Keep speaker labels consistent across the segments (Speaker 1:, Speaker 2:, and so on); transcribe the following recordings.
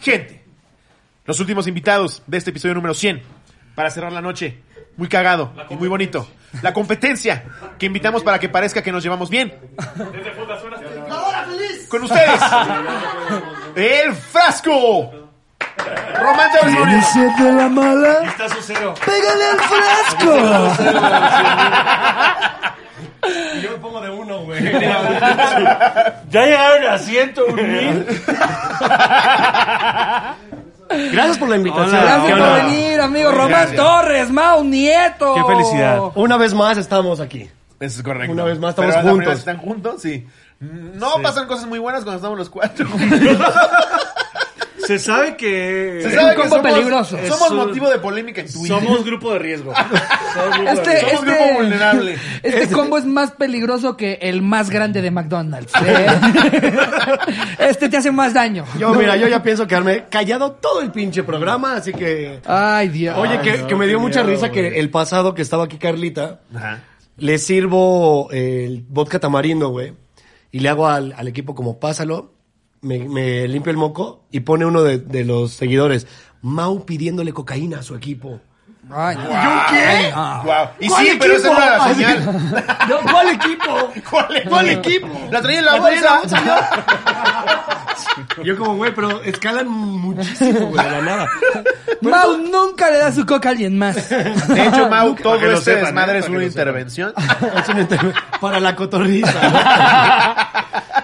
Speaker 1: Gente, los últimos invitados de este episodio número 100 para cerrar la noche. Muy cagado y muy bonito. La competencia que invitamos para que parezca que nos llevamos bien. Con ustedes, el frasco. Román de
Speaker 2: ¿Tiene
Speaker 1: Orioles.
Speaker 2: sed de la mala?
Speaker 3: Está su cero.
Speaker 2: ¡Pégale al frasco!
Speaker 3: Y yo me pongo de uno, güey. ya llegaron a 101 mil.
Speaker 4: Gracias por la invitación.
Speaker 2: Gracias
Speaker 4: Qué
Speaker 2: por
Speaker 4: honor.
Speaker 2: venir, amigo Román Torres, Mau Nieto.
Speaker 3: Qué felicidad.
Speaker 4: Una vez más estamos aquí.
Speaker 1: Eso es correcto.
Speaker 4: Una vez más, estamos
Speaker 1: Pero es la
Speaker 4: juntos.
Speaker 1: primera vez que ¿Están juntos? Sí. No pasan cosas muy buenas cuando estamos los cuatro.
Speaker 3: Se sabe que.
Speaker 1: Se sabe
Speaker 2: un combo peligroso.
Speaker 1: Somos
Speaker 3: Es un-
Speaker 1: motivo de polémica en Twitter.
Speaker 3: Somos grupo de riesgo. Somos grupo de
Speaker 2: Este,
Speaker 3: riesgo.
Speaker 1: Somos
Speaker 2: este-
Speaker 1: grupo vulnerable.
Speaker 2: Este combo es más peligroso que el más grande de McDonald's. ¿eh? Este te hace más daño.
Speaker 4: Yo, mira, yo ya pienso quedarme callado todo el pinche programa, así que...
Speaker 2: Ay, Dios.
Speaker 4: Oye, que, que me dio mucha risa que el pasado que estaba aquí Carlita,
Speaker 1: Ajá.
Speaker 4: le sirvo eh, el vodka tamarindo, güey, y le hago al, al equipo como pásalo, me, me limpio el moco y pone uno de, de los seguidores, Mau pidiéndole cocaína a su equipo.
Speaker 2: Ay, no.
Speaker 4: qué?
Speaker 1: Wow. Y sí, pero esa no era la señal.
Speaker 4: ¿Cuál equipo?
Speaker 1: ¿Cuál,
Speaker 4: ¿Cuál equipo?
Speaker 1: La traía en la
Speaker 4: traía en la
Speaker 1: bolsa.
Speaker 4: Yo como, güey, pero escalan muchísimo, güey, de la nada.
Speaker 2: Mau nunca le da su coca a alguien más.
Speaker 1: De hecho, Mau, todo
Speaker 3: que lo
Speaker 1: este
Speaker 3: sepan, ¿eh?
Speaker 1: desmadre es una
Speaker 3: Para que lo sepan.
Speaker 1: intervención.
Speaker 4: Es una inter- para la cotorriza.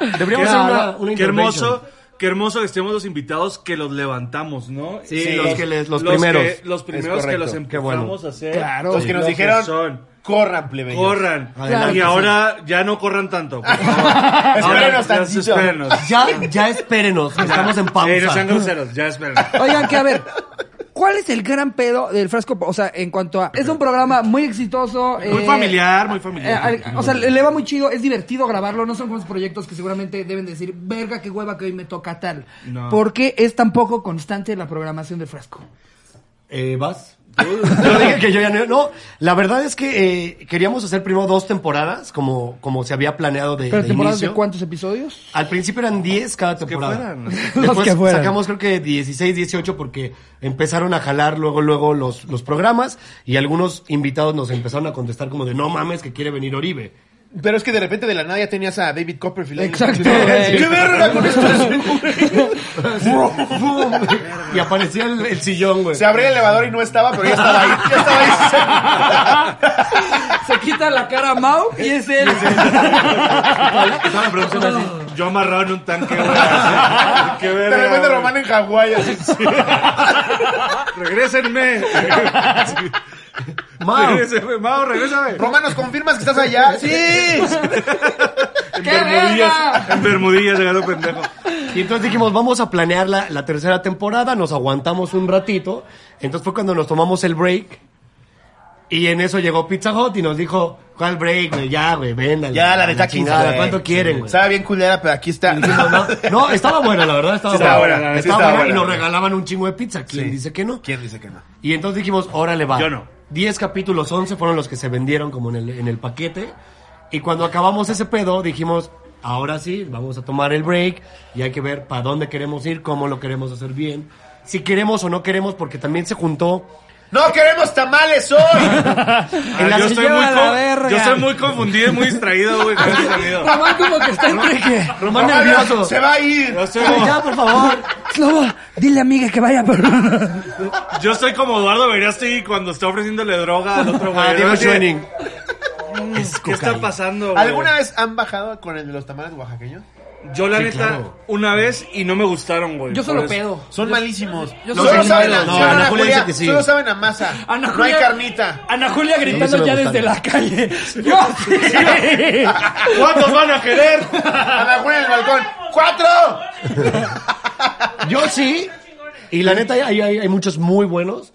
Speaker 4: ¿no? Deberíamos
Speaker 3: Qué-
Speaker 4: hacer una, una
Speaker 3: qué hermoso,
Speaker 4: intervention.
Speaker 3: qué hermoso que estemos los invitados que los levantamos, ¿no?
Speaker 4: Sí,
Speaker 1: los
Speaker 4: que les- los primeros.
Speaker 3: que- los primeros
Speaker 1: Es
Speaker 3: que
Speaker 1: correcto.
Speaker 3: los
Speaker 4: Qué
Speaker 3: empujamos
Speaker 4: bueno.
Speaker 3: a hacer.
Speaker 2: Claro.
Speaker 1: Los que nos
Speaker 3: Los que
Speaker 1: dijeron,
Speaker 3: son.
Speaker 1: corran, plebeyos.
Speaker 3: Corran.
Speaker 4: Adelante,
Speaker 3: y
Speaker 4: sí.
Speaker 3: ahora ya no corran tanto. por favor.
Speaker 1: Espérenos
Speaker 3: ya
Speaker 1: tantito.
Speaker 3: Espérenos.
Speaker 4: Ya, ya espérenos, estamos en pausa.
Speaker 3: Eh, no sean groseros, ya espérenos.
Speaker 2: Oigan, que a ver, ¿cuál es el gran pedo del frasco? O sea, en cuanto a. Es un programa muy exitoso.
Speaker 3: Muy
Speaker 2: eh,
Speaker 3: familiar, muy
Speaker 2: eh,
Speaker 3: familiar.
Speaker 2: al- o sea, le le va muy chido, es divertido grabarlo, no son como los proyectos que seguramente deben decir, verga, qué hueva que hoy me toca tal.
Speaker 3: No.
Speaker 2: ¿Por qué es tan poco constante la programación del frasco?
Speaker 4: Eh, ¿Vas? Yo dije que yo ya no. No, la verdad es que eh, queríamos hacer primero dos temporadas, como, como se había planeado de,
Speaker 2: ¿Pero
Speaker 4: de
Speaker 2: temporadas
Speaker 4: inicio.
Speaker 2: de cuántos episodios?
Speaker 4: Al principio eran 10 cada temporada.
Speaker 3: fueran.
Speaker 2: Los
Speaker 4: Después
Speaker 2: que fueran.
Speaker 4: sacamos creo que 16, 18 porque empezaron a jalar luego luego los, los programas y algunos invitados nos empezaron a contestar como de no mames que quiere venir Oribe.
Speaker 1: Pero es que de repente de la nada ya tenías a David Copperfield. ahí.
Speaker 2: Exacto, güey.
Speaker 1: ¡Qué verga con esto!
Speaker 4: ¡Bum! y aparecía el, el sillón, güey.
Speaker 1: Se abría el elevador y no estaba, pero ya estaba ahí. Ya estaba ahí.
Speaker 2: Se quita la cara Mau y es él.
Speaker 3: Estaba la producción así, Yo amarrado en un tanque. güey, así. Qué
Speaker 1: De
Speaker 3: verga,
Speaker 1: repente
Speaker 3: güey.
Speaker 1: Román en Hawái. así.
Speaker 3: Regrésenme.
Speaker 4: Mau,
Speaker 3: Regrésame, Mau, regrésame.
Speaker 1: Román, ¿nos confirmas que estás allá? ¡Sí!
Speaker 2: ¡Qué verga!
Speaker 3: En Bermudillas, llegando pendejo.
Speaker 4: Y entonces dijimos, vamos a planear la, la tercera temporada, nos aguantamos un ratito. Entonces fue cuando nos tomamos el break. Y en eso llegó Pizza Hut y nos dijo, ¿cuál break, güey? Ya, güey, véndale.
Speaker 1: Ya, la de
Speaker 4: la
Speaker 1: Takis.
Speaker 4: chingada,
Speaker 1: güey.
Speaker 4: ¿Cuánto quieren, güey?
Speaker 1: Estaba bien culera, pero aquí está.
Speaker 4: Dijimos, no, no, estaba buena, la verdad, estaba
Speaker 1: Sí estaba
Speaker 4: buena.
Speaker 1: buena, sí
Speaker 4: estaba
Speaker 1: estaba
Speaker 4: buena,
Speaker 1: buena.
Speaker 4: y nos regalaban un chingo de pizza. ¿Quién
Speaker 1: Sí.
Speaker 4: dice que no?
Speaker 1: ¿Quién dice que no?
Speaker 4: Y entonces dijimos, órale, va.
Speaker 3: Yo no.
Speaker 4: 10 capítulos, 11 fueron los que se vendieron como en el, en el paquete. Y cuando acabamos ese pedo, dijimos, ahora sí, vamos a tomar el break y hay que ver para dónde queremos ir, cómo lo queremos hacer bien, si queremos o no queremos, porque también se juntó.
Speaker 1: ¡No queremos tamales hoy!
Speaker 4: en la
Speaker 3: Ah, yo, estoy
Speaker 4: sillón,
Speaker 3: muy
Speaker 4: a la
Speaker 3: con-
Speaker 4: verga.
Speaker 3: yo estoy muy confundido y muy distraído, güey, con este sonido.
Speaker 2: Román como que está entre que...
Speaker 4: Román
Speaker 1: Román,
Speaker 4: nervioso.
Speaker 1: ¡Se va a ir!
Speaker 3: Yo estoy,
Speaker 4: Ay, ya,
Speaker 3: como,
Speaker 4: por favor.
Speaker 2: Slobo, dile amiga que vaya por...
Speaker 3: yo estoy como Eduardo Verástegui cuando está ofreciéndole droga al otro güey.
Speaker 4: Ah, Diego
Speaker 3: Oye,
Speaker 4: Schoening.
Speaker 3: ¿Qué está pasando, güey?
Speaker 1: ¿Alguna vez han bajado con el de los tamales oaxaqueños?
Speaker 3: Yo, la
Speaker 4: Sí,
Speaker 3: neta,
Speaker 4: claro.
Speaker 3: una vez y no me gustaron, güey.
Speaker 2: Yo
Speaker 3: por
Speaker 2: solo
Speaker 3: eso.
Speaker 2: pedo.
Speaker 1: Son malísimos.
Speaker 2: yo
Speaker 1: solo,
Speaker 2: soy-
Speaker 1: saben a,
Speaker 4: no,
Speaker 1: solo
Speaker 4: Ana
Speaker 1: Ana
Speaker 4: Julia
Speaker 1: Julia,
Speaker 4: dice que sí.
Speaker 1: solo saben a masa. No
Speaker 2: Ana
Speaker 1: hay
Speaker 2: Julia-
Speaker 1: carnita.
Speaker 2: Ana Julia
Speaker 4: A mí
Speaker 2: gritando
Speaker 4: sí me
Speaker 2: ya
Speaker 4: gustan.
Speaker 2: desde la calle. Yo sí.
Speaker 3: ¿Cuántos van a querer?
Speaker 1: Ana Julia en el balcón. ¡Cuatro!
Speaker 4: Yo sí. Y la neta, hay, hay, hay muchos muy buenos.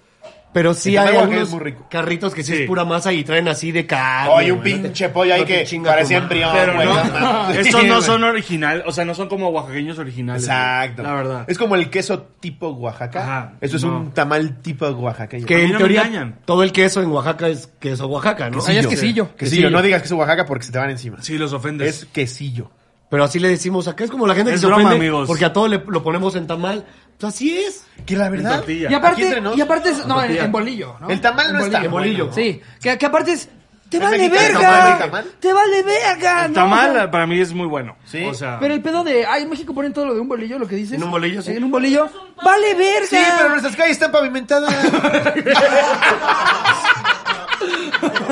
Speaker 4: Pero sí
Speaker 1: El
Speaker 4: hay
Speaker 1: tamal oaxaqueño
Speaker 4: algunos
Speaker 1: es muy rico.
Speaker 4: carritos que sí,
Speaker 3: Sí.
Speaker 4: es pura masa y traen así de carne.
Speaker 1: Oye, un
Speaker 4: güey, no te-
Speaker 1: pinche pollo ahí
Speaker 4: no te
Speaker 1: que
Speaker 4: chinga tu
Speaker 1: parecía
Speaker 4: madre.
Speaker 1: embrión,
Speaker 3: Pero
Speaker 1: güey. no
Speaker 3: no,
Speaker 1: mames.
Speaker 3: estos
Speaker 1: Sí,
Speaker 3: no
Speaker 1: güey.
Speaker 3: son originales, o sea, no son como oaxaqueños originales. güey.
Speaker 1: Exacto.
Speaker 3: La verdad.
Speaker 1: Es como el queso tipo Oaxaca.
Speaker 3: Ajá,
Speaker 1: Eso es
Speaker 3: no.
Speaker 1: un tamal tipo oaxaqueño.
Speaker 3: A
Speaker 4: Que
Speaker 3: mí
Speaker 4: en
Speaker 3: no me
Speaker 4: teoría
Speaker 3: engañan.
Speaker 4: todo el queso en Oaxaca es queso Oaxaca, ¿no?
Speaker 2: Ahí es quesillo.
Speaker 1: Quesillo. No digas queso Oaxaca porque se te van encima.
Speaker 3: Sí, los ofendes.
Speaker 1: Es quesillo.
Speaker 4: Pero así le decimos acá. Es como la gente que
Speaker 3: Es
Speaker 4: se
Speaker 3: broma,
Speaker 4: ofende
Speaker 3: amigos.
Speaker 4: porque a todos le- lo ponemos en tamal. Pues así es.
Speaker 1: Que la
Speaker 3: En
Speaker 1: verdad.
Speaker 3: tortilla.
Speaker 2: Y
Speaker 1: Aquí
Speaker 2: aparte,
Speaker 1: entre nos,
Speaker 2: y aparte es, no, en,
Speaker 3: tortilla.
Speaker 2: en bolillo, ¿no?
Speaker 1: El tamal no
Speaker 2: En
Speaker 1: está
Speaker 2: bolillo.
Speaker 1: bueno.
Speaker 4: bolillo.
Speaker 2: Sí, que, que aparte es, te
Speaker 1: ¿En
Speaker 2: vale
Speaker 1: México el tamal, el
Speaker 2: verga.
Speaker 1: tamal?
Speaker 2: Te vale verga.
Speaker 3: El
Speaker 2: ¿no? O sea,
Speaker 3: tamal para mí es muy bueno.
Speaker 1: Sí.
Speaker 3: O sea,
Speaker 2: Pero el pedo de, ay, en México ponen todo lo de un bolillo, lo que dices.
Speaker 4: En un bolillo, sí.
Speaker 2: En un bolillo. Vale verga.
Speaker 1: Sí, pero nuestras calles están pavimentadas.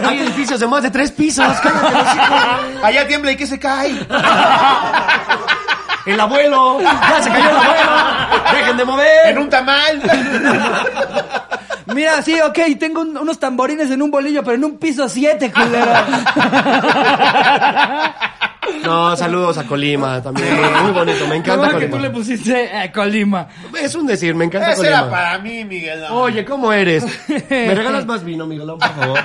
Speaker 4: Hay edificios de más de tres pisos. cállate, los hijos.
Speaker 1: Allá tiembla y que se cae.
Speaker 4: El abuelo. Ya se cayó el abuelo. Dejen de mover.
Speaker 1: En un tamal.
Speaker 2: Mira, sí, ok, tengo un- unos tamborines en un bolillo, pero en un piso 7, culero.
Speaker 4: No, saludos a Colima también. Muy bonito. Me encanta
Speaker 2: Lo que tú
Speaker 4: Colima.
Speaker 2: le pusiste eh, Colima.
Speaker 4: Es un decir. Me encanta
Speaker 1: Ese era
Speaker 4: Colima.
Speaker 1: para mí, Miguel.
Speaker 4: Oye, ¿cómo eres? ¿Me regalas más vino, Miguelón, por favor?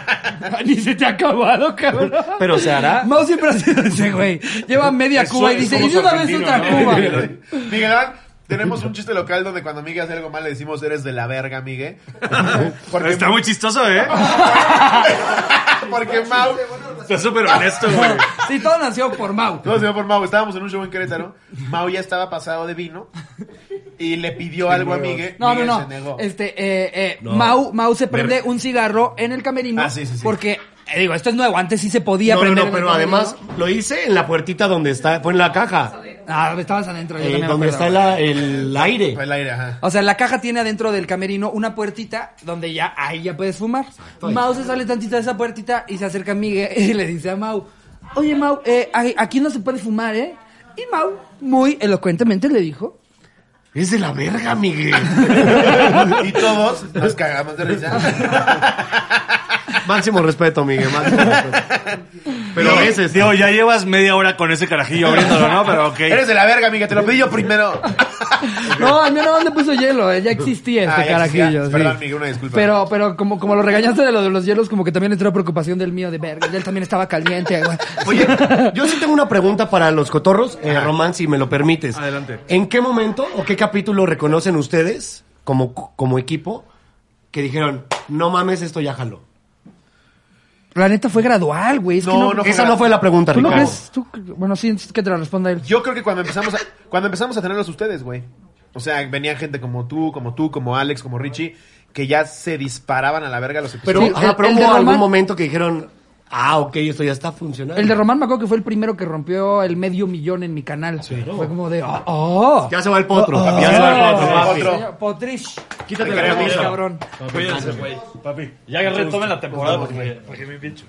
Speaker 2: Ni se te ha acabado, cabrón.
Speaker 4: Pero se hará.
Speaker 2: Mau siempre ha sido ese güey. Lleva media
Speaker 3: Eso
Speaker 2: Cuba y
Speaker 3: es
Speaker 2: dice,
Speaker 3: como
Speaker 2: y de una vez
Speaker 3: argentino,
Speaker 2: otra
Speaker 3: ¿no?
Speaker 2: Cuba.
Speaker 1: Miguel Ángel, tenemos un chiste local donde cuando Miguel hace algo mal le decimos eres de la verga, Miguel. Porque,
Speaker 3: está muy chistoso, ¿eh?
Speaker 1: porque Mau.
Speaker 3: Está súper honesto, güey.
Speaker 2: Sí, todo nació por Mau.
Speaker 1: No, señor, por Mau, estábamos en un show en Querétaro. Mau ya estaba pasado de vino y le pidió algo a Miguel.
Speaker 2: No, no,
Speaker 1: Miguel
Speaker 2: no.
Speaker 1: se negó.
Speaker 2: Este, eh, eh, Mau, Mau se prende un cigarro en el camerino.
Speaker 1: Ah, sí, sí, sí.
Speaker 2: Porque, eh, digo, esto es nuevo. Antes sí se podía
Speaker 4: No, no, no,
Speaker 2: prender. en el
Speaker 4: pero
Speaker 2: camerino.
Speaker 4: además lo hice en la puertita donde está, fue en la caja,
Speaker 2: Ah, estabas adentro. yo
Speaker 4: eh,
Speaker 2: también me
Speaker 4: donde
Speaker 2: acuerdo.
Speaker 4: está la- el aire.
Speaker 1: Fue el aire, ajá.
Speaker 2: O sea, la caja tiene adentro del camerino una puertita donde ya ahí ya puedes fumar. Mau se sale tantito de esa puertita y se acerca a Miguel y le dice a Mau, oye Mau, eh, ay- aquí no se puede fumar, ¿eh? Y Mau muy elocuentemente le dijo,
Speaker 4: Es de la verga, Miguel.
Speaker 1: Y todos nos cagamos de risa.
Speaker 4: máximo respeto, Miguel, máximo respeto. Pero a veces,
Speaker 3: Digo, ya llevas media hora con ese carajillo abriéndolo, ¿no? Pero ok.
Speaker 1: Eres de la verga, Miguel, te lo pedí yo primero.
Speaker 2: no, a mí nada más le puso hielo, eh, ya existía este
Speaker 1: Ah, ya existía.
Speaker 2: carajillo. sí.
Speaker 1: Perdón, Miguel, una disculpa.
Speaker 2: Pero, pero como, como lo regañaste de lo de los hielos, como que también entró preocupación del mío de verga. Él también estaba caliente, güey.
Speaker 4: Oye, yo sí tengo una pregunta para los cotorros, eh, Román, si me lo permites.
Speaker 3: Adelante.
Speaker 4: ¿En qué momento o qué capítulo reconocen ustedes como, como equipo que dijeron, no mames, esto ya jaló?
Speaker 2: La neta fue gradual, güey. Es que
Speaker 1: No,
Speaker 2: no,
Speaker 1: no fue
Speaker 4: Esa no fue la pregunta,
Speaker 2: ¿Tú no
Speaker 4: Ricardo.
Speaker 2: crees? Tú- bueno, sí, que te la responda él.
Speaker 1: Yo creo que cuando empezamos a, cuando empezamos a tenerlos ustedes, güey. O sea, venía gente como tú, como tú, como Alex, como Richie, que ya se disparaban a la verga los episodios.
Speaker 4: Pero,
Speaker 2: Sí,
Speaker 4: ajá,
Speaker 2: el-
Speaker 4: pero
Speaker 2: el
Speaker 4: hubo
Speaker 2: de
Speaker 4: algún
Speaker 2: Román-
Speaker 4: momento que dijeron, ah, ok, esto ya está funcionando.
Speaker 2: El de Román me acuerdo que fue el primero que rompió el medio millón en mi canal. Fue como de, oh, oh.
Speaker 4: Ya se va el potro, papi, ya se va el potro,
Speaker 1: Ah,
Speaker 4: papi.
Speaker 1: otro.
Speaker 2: Señor Potrish.
Speaker 1: Quítate
Speaker 2: Qué
Speaker 1: la camisa.
Speaker 2: cabrón.
Speaker 5: Ya agarré, tomen la temporada porque, porque me pincho.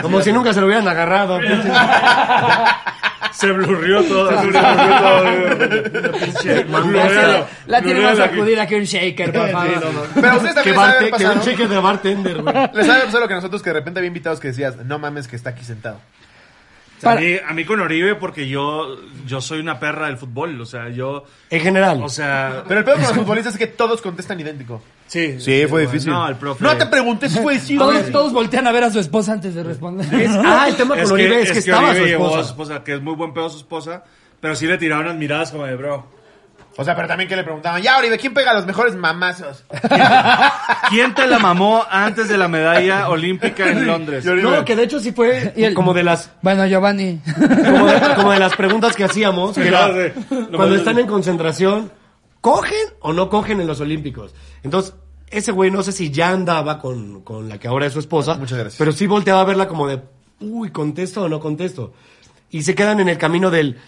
Speaker 4: Como si nunca se lo hubieran agarrado.
Speaker 3: Se blurrió todo. Se blurrió todo. Pinche blurreo.
Speaker 2: La, la tiene
Speaker 3: Blurreo
Speaker 2: más
Speaker 3: la que-
Speaker 2: sacudida que un shaker, papá.
Speaker 1: Pero ustedes
Speaker 4: Que
Speaker 1: también les
Speaker 4: barte,
Speaker 1: había
Speaker 4: que un
Speaker 1: pasado.
Speaker 4: cheque de bartender, güey.
Speaker 1: Les había pasado lo que nosotros que de repente había invitados que decías, no mames que está aquí sentado.
Speaker 3: A
Speaker 2: Para-
Speaker 3: mí, a mí con Oribe porque yo, yo soy una perra del fútbol, o sea, yo,
Speaker 4: En general.
Speaker 3: o sea,
Speaker 1: Pero el pedo con los futbolistas es que todos contestan idéntico.
Speaker 3: sí,
Speaker 1: bueno,
Speaker 3: bueno, No, el profe.
Speaker 1: No te pregunté si fue difícil.
Speaker 2: Todos, todos voltean a ver a su esposa antes de responder.
Speaker 4: ah, el tema con Oribe es que, estaba
Speaker 3: Oribe
Speaker 4: su
Speaker 3: llevó a
Speaker 4: esposa.
Speaker 3: su esposa, que es muy buen pedo su esposa, pero sí le tiraron unas miradas como de bro.
Speaker 1: O sea, pero también que le preguntaban, ya Oribe, ¿quién pega los mejores mamazos?
Speaker 3: ¿Quién te la mamó antes de la medalla olímpica en Londres?
Speaker 1: Y Oribe,
Speaker 4: No, que de hecho sí fue
Speaker 2: Y él-
Speaker 4: como de las
Speaker 2: Bueno, Giovanni.
Speaker 4: como de, como de las preguntas que hacíamos, que era,
Speaker 3: Sí, claro, sí. No
Speaker 4: cuando
Speaker 3: mames.
Speaker 4: están en concentración, ¿cogen o no cogen en los Olímpicos? Entonces, ese güey no sé si ya andaba con, con la que ahora es su esposa,
Speaker 1: Muchas gracias.
Speaker 4: pero sí volteaba a verla como de, uy, ¿contesto o no contesto? Y se quedan en el camino del,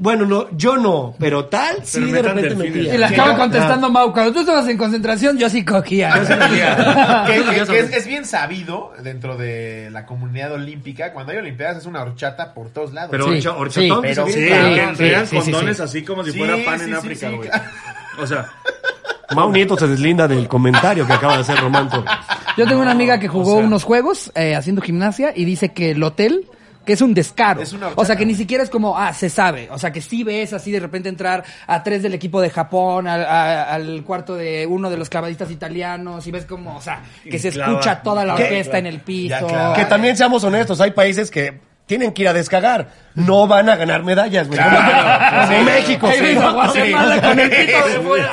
Speaker 4: bueno, no, yo no, pero tal, sí, de
Speaker 3: metan
Speaker 4: repente
Speaker 3: delfines.
Speaker 4: metía.
Speaker 2: Y la acaba contestando Mau. Cuando tú estabas en concentración, yo sí cogía.
Speaker 1: que- que- que es, es bien sabido dentro de la comunidad olímpica, cuando hay olimpiadas es una horchata por todos lados.
Speaker 3: Pero
Speaker 2: Sí,
Speaker 3: horcha-
Speaker 2: sí,
Speaker 3: horchatón,
Speaker 1: pero
Speaker 3: sí,
Speaker 1: sí,
Speaker 3: que
Speaker 1: sí,
Speaker 3: entregan
Speaker 2: sí, sí, sí.
Speaker 3: condones así como si
Speaker 1: Sí,
Speaker 3: fuera pan
Speaker 1: sí,
Speaker 3: en
Speaker 1: sí,
Speaker 3: África,
Speaker 1: sí,
Speaker 3: güey.
Speaker 1: claro.
Speaker 3: O sea,
Speaker 4: Mau Nieto se deslinda del comentario que acaba de hacer Román Torres.
Speaker 2: Yo tengo una amiga que jugó unos juegos eh, haciendo gimnasia y dice que el hotel que es un descaro.
Speaker 1: Es una horchata.
Speaker 2: o sea, que ni siquiera es como, ah, se sabe. O sea, que sí ves así de repente entrar a tres del equipo de Japón, al, a- al cuarto de uno de los clavadistas italianos, y ves como, o sea, que
Speaker 3: Y
Speaker 2: se
Speaker 3: clava.
Speaker 2: escucha toda la
Speaker 4: ¿Qué?
Speaker 2: orquesta en el piso.
Speaker 1: Ya clava.
Speaker 4: Que también seamos honestos, hay países que tienen que ir a descagar. No van a ganar medallas, güey. Como- Como México,
Speaker 2: Ahí
Speaker 4: sí.
Speaker 2: vino Guatemala
Speaker 4: Sí.
Speaker 2: con el pito de fuera.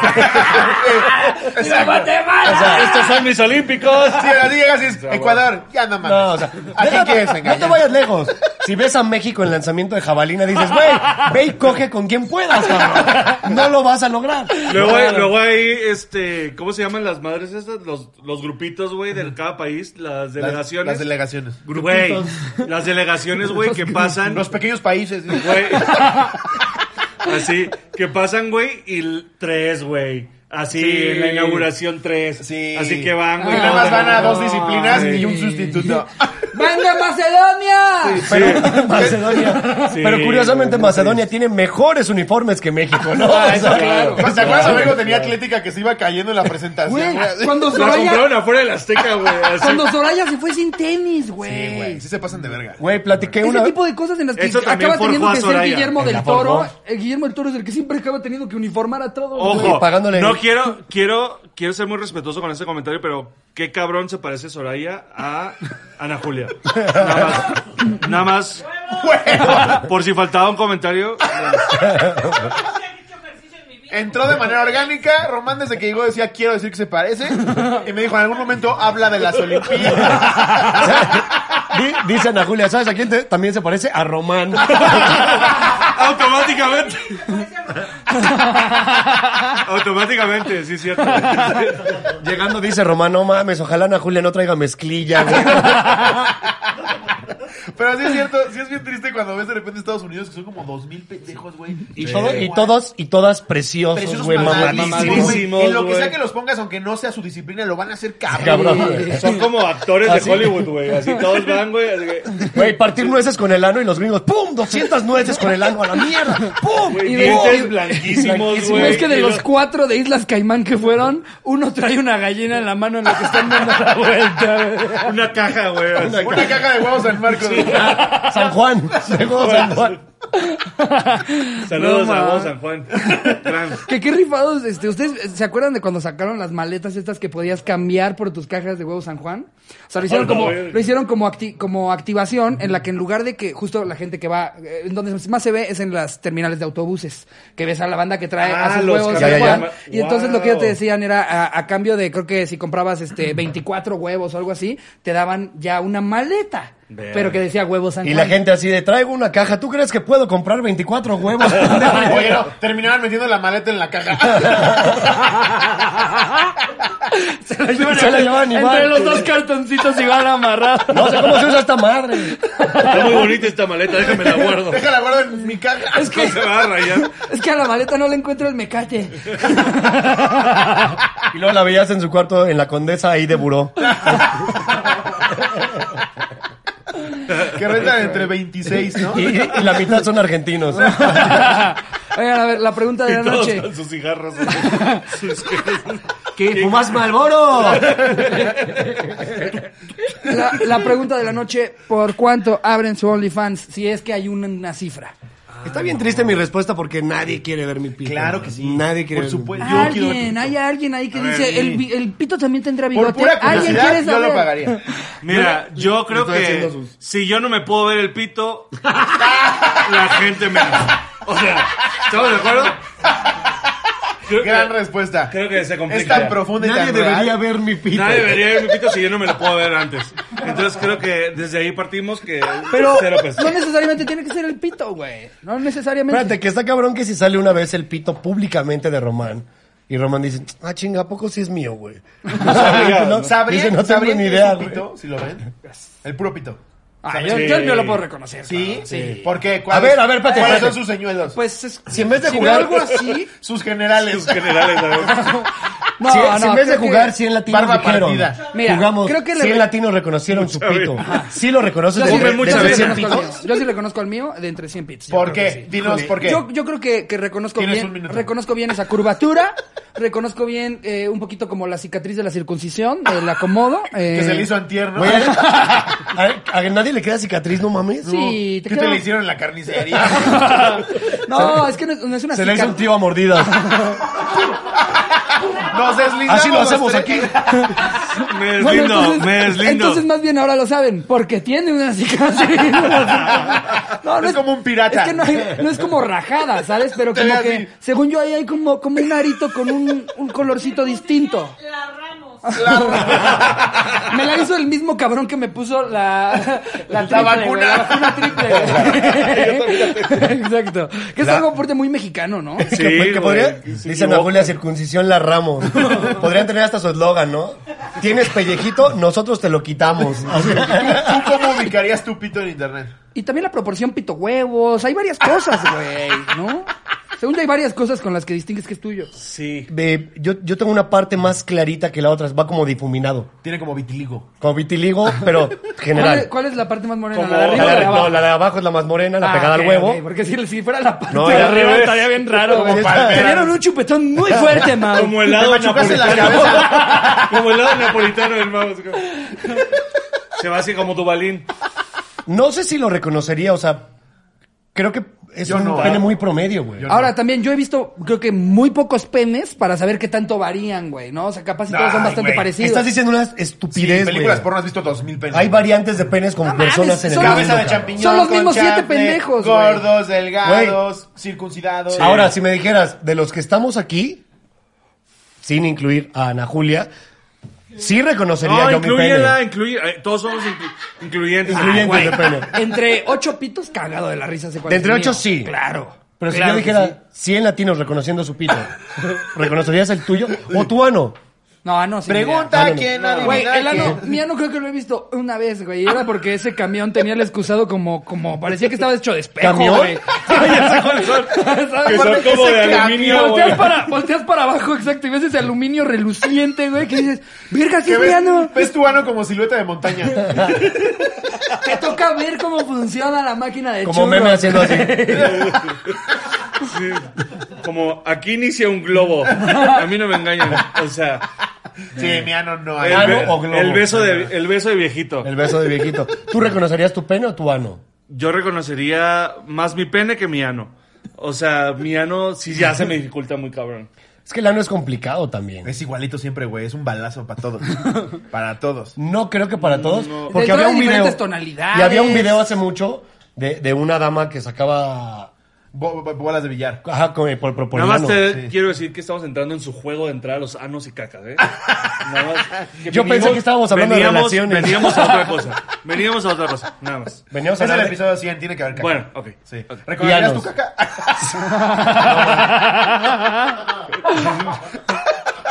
Speaker 2: ¡Mira, Guatemala!
Speaker 5: Estos son mis olímpicos.
Speaker 1: Sí, así llegas y es Ecuador, ya no mames.
Speaker 4: No, o sea,
Speaker 1: ¿A quién
Speaker 4: deja-
Speaker 1: quieres
Speaker 4: no te
Speaker 1: engañar?
Speaker 4: vayas lejos. Si ves a México en lanzamiento de jabalina, dices, güey, ve y coge con quien puedas, cabrón. No lo vas a lograr.
Speaker 3: Luego, hay- luego hay, este, ¿cómo se llaman las madres estas? Los, los grupitos, güey, de cada país, las
Speaker 1: Las-
Speaker 3: delegaciones.
Speaker 1: Las delegaciones.
Speaker 3: Güey, las delegaciones, güey, que pasan,
Speaker 1: Los pequeños países. ¿sí?
Speaker 3: güey. Así, que pasan, güey, y l- tres, güey. Así,
Speaker 1: Sí.
Speaker 3: en la inauguración tres.
Speaker 1: Sí.
Speaker 3: Así que van, güey.
Speaker 1: Y nada más
Speaker 3: luego-
Speaker 1: van a dos
Speaker 2: no.
Speaker 1: disciplinas
Speaker 2: Sí.
Speaker 1: y un sustituto.
Speaker 2: ¡Venga, Macedonia!
Speaker 4: Macedonia.
Speaker 3: Sí,
Speaker 4: Pero curiosamente, Macedonia tiene mejores uniformes que México, ¿no?
Speaker 1: Ah,
Speaker 4: O sea,
Speaker 1: ¿Te acuerdas, amigo? Tenía atlética que se iba cayendo en la presentación.
Speaker 2: Güey,
Speaker 1: güey, así.
Speaker 2: cuando
Speaker 3: La
Speaker 2: Soraya,
Speaker 3: compraron afuera de la Azteca, güey. así.
Speaker 2: cuando Soraya se fue sin tenis,
Speaker 1: Sí, güey,
Speaker 2: güey.
Speaker 1: sí se pasan de verga.
Speaker 4: Güey, platiqué
Speaker 2: Ese
Speaker 4: una vez.
Speaker 2: tipo de cosas en las que
Speaker 3: Eso también
Speaker 2: acaba teniendo
Speaker 3: forjó a
Speaker 2: que ser
Speaker 3: Soraya.
Speaker 2: Guillermo
Speaker 4: En
Speaker 2: del
Speaker 4: la
Speaker 2: Toro.
Speaker 4: forjó.
Speaker 2: Eh, Guillermo del Toro es el que siempre acaba teniendo que uniformar a todos. güey.
Speaker 3: Ojo,
Speaker 4: Güey, pagándole-
Speaker 3: no quiero, quiero, quiero ser muy respetuoso con ese comentario, pero qué cabrón se parece Soraya a Ana Julia. Nada más, nada más, por si faltaba un comentario.
Speaker 1: Entró de manera orgánica. Román, desde que llegó, decía: Quiero decir que se parece. Y me dijo: En algún momento habla de las Olimpiadas.
Speaker 4: Di- Dice Ana Julia, ¿sabes a quién te- también se parece? A Román.
Speaker 3: Automáticamente. Automáticamente, sí, cierto.
Speaker 4: Llegando dice Román, no mames, ojalá Ana Julia no traiga mezclilla, güey.
Speaker 1: Pero sí es cierto, sí es bien triste cuando ves de repente Estados Unidos que son como dos mil pendejos, güey.
Speaker 4: Y, todo- y todos, y todas preciosos,
Speaker 1: Preciosos
Speaker 4: güey,
Speaker 1: mamadísimos,
Speaker 4: mamadísimos.
Speaker 1: güey.
Speaker 3: mamadísimos,
Speaker 1: En lo que
Speaker 3: güey.
Speaker 1: sea que los pongas, aunque no sea su disciplina, lo van a hacer cabrón.
Speaker 4: Cabrón.
Speaker 3: Son como actores de Hollywood, güey. Así todos van, güey. así que-
Speaker 4: Güey, partir nueces con el ano y los gringos, ¡pum! 200 nueces con el ano a la mierda, ¡pum!
Speaker 3: güey,
Speaker 2: Y de-
Speaker 3: Dientes blanquísimos,
Speaker 2: No,
Speaker 3: güey.
Speaker 2: es que de
Speaker 3: Y
Speaker 2: los cuatro de Islas Caimán que fueron, uno trae una gallina en la mano en la que están dando la vuelta. güey.
Speaker 3: Una caja, güey. así.
Speaker 1: Una caja de huevos San Marcos.
Speaker 4: San Juan, llegó San Juan.
Speaker 3: Saludos
Speaker 2: No,
Speaker 3: a
Speaker 2: ma.
Speaker 3: vos, San Juan. Gran.
Speaker 2: Que qué rifados, este, ¿ustedes se acuerdan de cuando sacaron las maletas estas que podías cambiar por tus cajas de huevo San Juan? O sea, lo hicieron
Speaker 3: Ah, no,
Speaker 2: como,
Speaker 3: güey.
Speaker 2: lo hicieron como, acti- como activación en la que en lugar de que justo la gente que va, eh, en donde más se ve es en las terminales de autobuses, que ves a la banda que trae
Speaker 3: Ah,
Speaker 2: a sus
Speaker 3: los
Speaker 2: huevos
Speaker 3: cambian.
Speaker 4: Ya,
Speaker 2: San
Speaker 4: ya,
Speaker 2: Juan.
Speaker 3: ya.
Speaker 2: Y entonces lo que ellos te
Speaker 3: Wow.
Speaker 2: decían era a, a cambio de, creo que si comprabas este 24 huevos o algo así, te daban ya una maleta,
Speaker 3: Vean.
Speaker 2: pero que decía huevos San
Speaker 4: Y la
Speaker 2: Juan.
Speaker 4: gente así de, traigo una caja, ¿tú crees que puedo comprar 24 huevos?
Speaker 1: Oye, no, terminaban metiendo la maleta en la caja.
Speaker 2: se la llevan,
Speaker 4: Se la llevan
Speaker 2: entre,
Speaker 4: igual.
Speaker 2: entre los dos cartoncitos y van amarrados.
Speaker 4: No sé cómo se usa esta madre.
Speaker 3: Está muy bonita esta maleta, déjame la guardo.
Speaker 1: Déjala, guardo en mi caja.
Speaker 2: Es que
Speaker 3: No se va a rayar.
Speaker 2: Es que a la maleta no le encuentro el mecate.
Speaker 4: Y luego la veías en su cuarto, en la condesa, ahí de buró.
Speaker 1: Que rentan entre 26, ¿no?
Speaker 4: Y, y la mitad son argentinos.
Speaker 2: Oigan, a ver, la pregunta de la
Speaker 3: Y todos
Speaker 2: noche.
Speaker 3: con sus cigarros. Sus-
Speaker 4: ¿Qué? ¿Fumas Malboro?
Speaker 2: La, la pregunta de la noche, ¿por cuánto abren su OnlyFans? Si es que hay una, una cifra.
Speaker 4: Está bien triste mi respuesta porque nadie quiere ver mi pito.
Speaker 1: Claro que sí.
Speaker 4: Nadie quiere
Speaker 1: Por
Speaker 4: ver mi
Speaker 1: supuesto.
Speaker 4: pito.
Speaker 1: Yo quiero ver
Speaker 2: alguien,
Speaker 1: tu
Speaker 2: hay alguien ahí que
Speaker 3: A ver,
Speaker 2: dice, el,
Speaker 3: sí.
Speaker 2: bi- el pito también tendrá bigote.
Speaker 1: Por pura
Speaker 2: ¿Alguien quiere
Speaker 1: curiosidad, yo
Speaker 2: saber?
Speaker 1: lo pagaría.
Speaker 3: Mira, yo creo
Speaker 4: estoy
Speaker 3: que
Speaker 4: haciendo sus-
Speaker 3: si yo no me puedo ver el pito, la gente menos. O sea, ¿estamos de acuerdo? Creo
Speaker 1: Gran
Speaker 3: que,
Speaker 1: respuesta.
Speaker 3: creo que se
Speaker 1: Es
Speaker 3: complica.
Speaker 1: tan profunda y
Speaker 4: Nadie
Speaker 1: tan
Speaker 4: debería
Speaker 1: real.
Speaker 4: ver mi pito.
Speaker 3: Nadie debería ver mi pito si yo no me lo puedo ver antes. Entonces creo que desde ahí partimos que
Speaker 2: Pero
Speaker 3: cero pesos.
Speaker 2: no necesariamente tiene que ser el pito, güey. No necesariamente.
Speaker 4: Espérate, que está cabrón que si sale una vez el pito públicamente de Román. Y Román dice, ah, chinga, ¿a poco sí es mío, güey? No sabe, no,
Speaker 1: ¿Sabrían,
Speaker 4: dice, no tengo
Speaker 1: ¿sabrían
Speaker 4: ni
Speaker 1: que
Speaker 4: idea,
Speaker 1: es un
Speaker 4: güey.
Speaker 1: pito, si lo ven? El puro pito.
Speaker 2: Ah, yo,
Speaker 3: Sí.
Speaker 2: yo- yo lo puedo reconocer.
Speaker 1: ¿Sí?
Speaker 2: claro.
Speaker 1: Sí. ¿Por qué?
Speaker 4: A ver, a ver, espérate,
Speaker 1: ¿Cuáles son
Speaker 4: espérate.
Speaker 1: sus señuelos?
Speaker 2: Pues es-
Speaker 4: Si en vez de
Speaker 2: si
Speaker 4: jugar-
Speaker 2: veo algo así...
Speaker 1: sus generales.
Speaker 3: Sus generales, ¿sabes?
Speaker 2: No,
Speaker 4: si,
Speaker 2: no,
Speaker 4: si en vez de
Speaker 2: creo que-
Speaker 4: jugar 100 latinos
Speaker 1: Barba
Speaker 4: dijeron,
Speaker 1: partida.
Speaker 2: Mira,
Speaker 4: jugamos,
Speaker 2: creo que le-
Speaker 4: 100 latinos reconocieron su
Speaker 3: Mucha
Speaker 4: pito.
Speaker 3: vida.
Speaker 4: Sí lo reconoces
Speaker 2: Yo sí,
Speaker 4: desde,
Speaker 3: Hombre, muchas
Speaker 4: desde
Speaker 2: le
Speaker 3: veces.
Speaker 4: ese
Speaker 2: conozco al
Speaker 4: pito.
Speaker 2: mío. Yo sí le conozco al mío de entre 100 pits. yo
Speaker 1: ¿Por
Speaker 2: creo que
Speaker 1: qué?
Speaker 2: sí.
Speaker 1: Dinos por qué.
Speaker 2: Yo, yo creo que, que reconozco
Speaker 1: Tienes un
Speaker 2: bien
Speaker 1: minuto.
Speaker 2: reconozco bien esa curvatura, reconozco bien eh, un poquito como la cicatriz de la circuncisión, el acomodo. eh,
Speaker 1: que se le hizo antier, ¿no?
Speaker 4: Güey, a, a nadie le queda cicatriz, no mames.
Speaker 2: Sí, te
Speaker 1: ¿Qué te
Speaker 2: queda-
Speaker 1: le hicieron en la carnicería?
Speaker 2: eh, No, es que no, es- no es una
Speaker 4: Se le hizo un
Speaker 2: cicatriz.
Speaker 4: tío a mordidas.
Speaker 1: Nos deslizamos.
Speaker 4: Así lo hacemos
Speaker 1: los
Speaker 4: aquí.
Speaker 1: tres.
Speaker 3: Me deslindo,
Speaker 2: Bueno, entonces-
Speaker 3: me deslindo.
Speaker 2: Entonces, más bien ahora lo saben, porque tiene una cicatriz. No,
Speaker 1: Es como un pirata.
Speaker 2: Es que no, hay- no es como rajada, ¿sabes? Pero
Speaker 1: Te
Speaker 2: como
Speaker 1: ve
Speaker 2: que,
Speaker 1: así.
Speaker 2: según yo, ahí hay como, como un arito con un, un colorcito distinto.
Speaker 6: La Ramos.
Speaker 2: Me la hizo el mismo cabrón que me puso la, la, triple,
Speaker 1: vacuna.
Speaker 2: güey, la vacuna triple. güey. Exacto. Que es algo fuerte muy mexicano, ¿no?
Speaker 4: que,
Speaker 3: Sí,
Speaker 4: pues, que
Speaker 3: güey,
Speaker 4: podría-
Speaker 3: se
Speaker 4: dice Ana
Speaker 3: equivoca.
Speaker 4: Julia, circuncisión la Ramos. Podrían tener hasta su eslogan, ¿no? Tienes pellejito, nosotros te lo quitamos. Así.
Speaker 1: ¿Tú cómo ubicarías tu pito en internet?
Speaker 2: Y también la proporción pito huevos. Hay varias cosas, güey, ¿no? Según yo, hay varias cosas con las que distingues que es tuyo.
Speaker 3: Sí.
Speaker 4: Ve, yo, yo tengo una parte más clarita que la otra, va como difuminado.
Speaker 1: Tiene como vitiligo.
Speaker 4: Como vitiligo, pero
Speaker 2: ¿Cuál es,
Speaker 4: general.
Speaker 2: cuál es la parte más morena?
Speaker 3: Como-
Speaker 2: ¿La de arriba o
Speaker 4: La de,
Speaker 2: la de
Speaker 4: no,
Speaker 2: abajo?
Speaker 4: la de abajo es la más morena, la
Speaker 2: Ah,
Speaker 4: pegada
Speaker 2: ok,
Speaker 4: al huevo.
Speaker 2: ok, porque si, si fuera la parte
Speaker 4: No,
Speaker 2: de
Speaker 4: era al
Speaker 2: arriba
Speaker 3: revés.
Speaker 2: estaría bien raro.
Speaker 4: Como
Speaker 2: güey.
Speaker 1: palmera.
Speaker 2: Te dieron un chupetón muy fuerte, Mau.
Speaker 3: Como el lado
Speaker 1: Te machucaste la
Speaker 3: napolitano.
Speaker 1: cabeza.
Speaker 3: Como el lado napolitano del mouse. como- Se va así como tu balín.
Speaker 4: No sé si lo reconocería, o sea, creo que es
Speaker 1: Yo
Speaker 4: un
Speaker 1: no,
Speaker 4: pene
Speaker 1: ¿eh?
Speaker 4: muy promedio, güey.
Speaker 2: Ahora también yo he visto, creo que muy pocos penes para saber qué tanto varían, güey, ¿no? O sea, capaz si todos son
Speaker 1: Ay,
Speaker 2: bastante
Speaker 1: güey.
Speaker 2: parecidos.
Speaker 4: Estás diciendo una
Speaker 1: Sí,
Speaker 4: estupidez, güey.
Speaker 1: películas porno has visto dos mil pesos.
Speaker 4: Hay variantes de penes con
Speaker 2: No mames,
Speaker 4: personas en el
Speaker 2: son-
Speaker 4: mundo.
Speaker 1: Cabeza de
Speaker 4: cabrón.
Speaker 1: champiñón.
Speaker 2: Son los
Speaker 1: con
Speaker 2: mismos siete
Speaker 1: chanfle,
Speaker 2: pendejos, güey.
Speaker 1: Gordos, delgados, circuncidados.
Speaker 4: Sí. Ahora, si me dijeras, de los que estamos aquí, sin incluir a Ana Julia, sí reconocería
Speaker 3: No,
Speaker 4: yo mi pene.
Speaker 3: incluyela, Ah, incluye. eh, Todos somos inclu- incluyentes. Ah,
Speaker 4: Incluyentes
Speaker 3: Güey,
Speaker 4: de pene.
Speaker 2: Entre ocho pitos, cagado de la risa. Sé cuál
Speaker 4: De
Speaker 2: es
Speaker 4: entre
Speaker 2: el
Speaker 4: ocho,
Speaker 2: mío.
Speaker 4: sí.
Speaker 2: Claro.
Speaker 4: Pero si
Speaker 2: Claro
Speaker 4: yo
Speaker 2: que
Speaker 4: dijera
Speaker 2: sí.
Speaker 4: 100 latinos reconociendo su pito, ¿reconocerías el tuyo o tu ano?
Speaker 2: No, ah, no, sí.
Speaker 1: Pregunta
Speaker 4: Ah, no,
Speaker 1: a
Speaker 4: no.
Speaker 1: quién
Speaker 2: mira. Güey, el
Speaker 1: adivina
Speaker 2: ano,
Speaker 1: quién.
Speaker 2: mi ano creo que lo he visto una vez, güey. y Era porque ese camión tenía el excusado como, como parecía que estaba hecho de espejo,
Speaker 4: ¿Camión?
Speaker 2: güey.
Speaker 3: ya sé cuáles son. Que son
Speaker 1: Aparte,
Speaker 3: como
Speaker 1: ese
Speaker 3: de
Speaker 1: camión.
Speaker 3: aluminio, güey.
Speaker 2: Volteas para, volteas para abajo, exacto, y ves ese aluminio reluciente, güey, que dices, verga, ¿qué
Speaker 1: Que
Speaker 2: es mi
Speaker 1: ves,
Speaker 2: ano?
Speaker 1: ves tu ano como silueta de montaña.
Speaker 2: Te toca ver cómo funciona la máquina de
Speaker 4: Como
Speaker 2: churros.
Speaker 4: meme haciendo así.
Speaker 3: Como aquí inicia un globo. A mí no me engañan. O sea,
Speaker 1: Sí, mi ano no. hay.
Speaker 3: el,
Speaker 4: ¿Ano
Speaker 3: be-
Speaker 4: Ah, o globo?
Speaker 3: el beso de, el beso de viejito.
Speaker 4: El beso de viejito. ¿Tú reconocerías tu pene o tu ano?
Speaker 3: Yo reconocería más mi pene que mi ano. O sea, mi ano sí ya se me dificulta muy cabrón.
Speaker 4: Es que el ano es complicado también.
Speaker 1: Es igualito siempre, güey. Es un balazo para todos. para todos.
Speaker 4: No creo que para todos, porque
Speaker 2: Dentro
Speaker 4: había
Speaker 2: de
Speaker 4: un video.
Speaker 2: diferentes tonalidades.
Speaker 4: Y había un video hace mucho de, de una dama que sacaba
Speaker 1: Bo- bo- bolas de billar.
Speaker 4: ajá, con- por, por, por el
Speaker 3: Nada más
Speaker 4: ano.
Speaker 3: te quiero decir que estamos entrando en su juego de entrar a los anos y cacas, ¿eh? Nada más que
Speaker 4: Yo pensé que estábamos hablando de
Speaker 3: veníamos-
Speaker 4: relaciones.
Speaker 3: Veníamos a otra cosa. Veníamos a otra cosa. Nada más.
Speaker 4: Veníamos
Speaker 1: Es
Speaker 4: a
Speaker 1: el
Speaker 4: hablar de-
Speaker 1: episodio 100, tiene que haber caca.
Speaker 3: Bueno, ok.
Speaker 1: Sí.
Speaker 3: Ok.
Speaker 1: ¿Recomendarías
Speaker 4: Y anos.
Speaker 1: tu caca?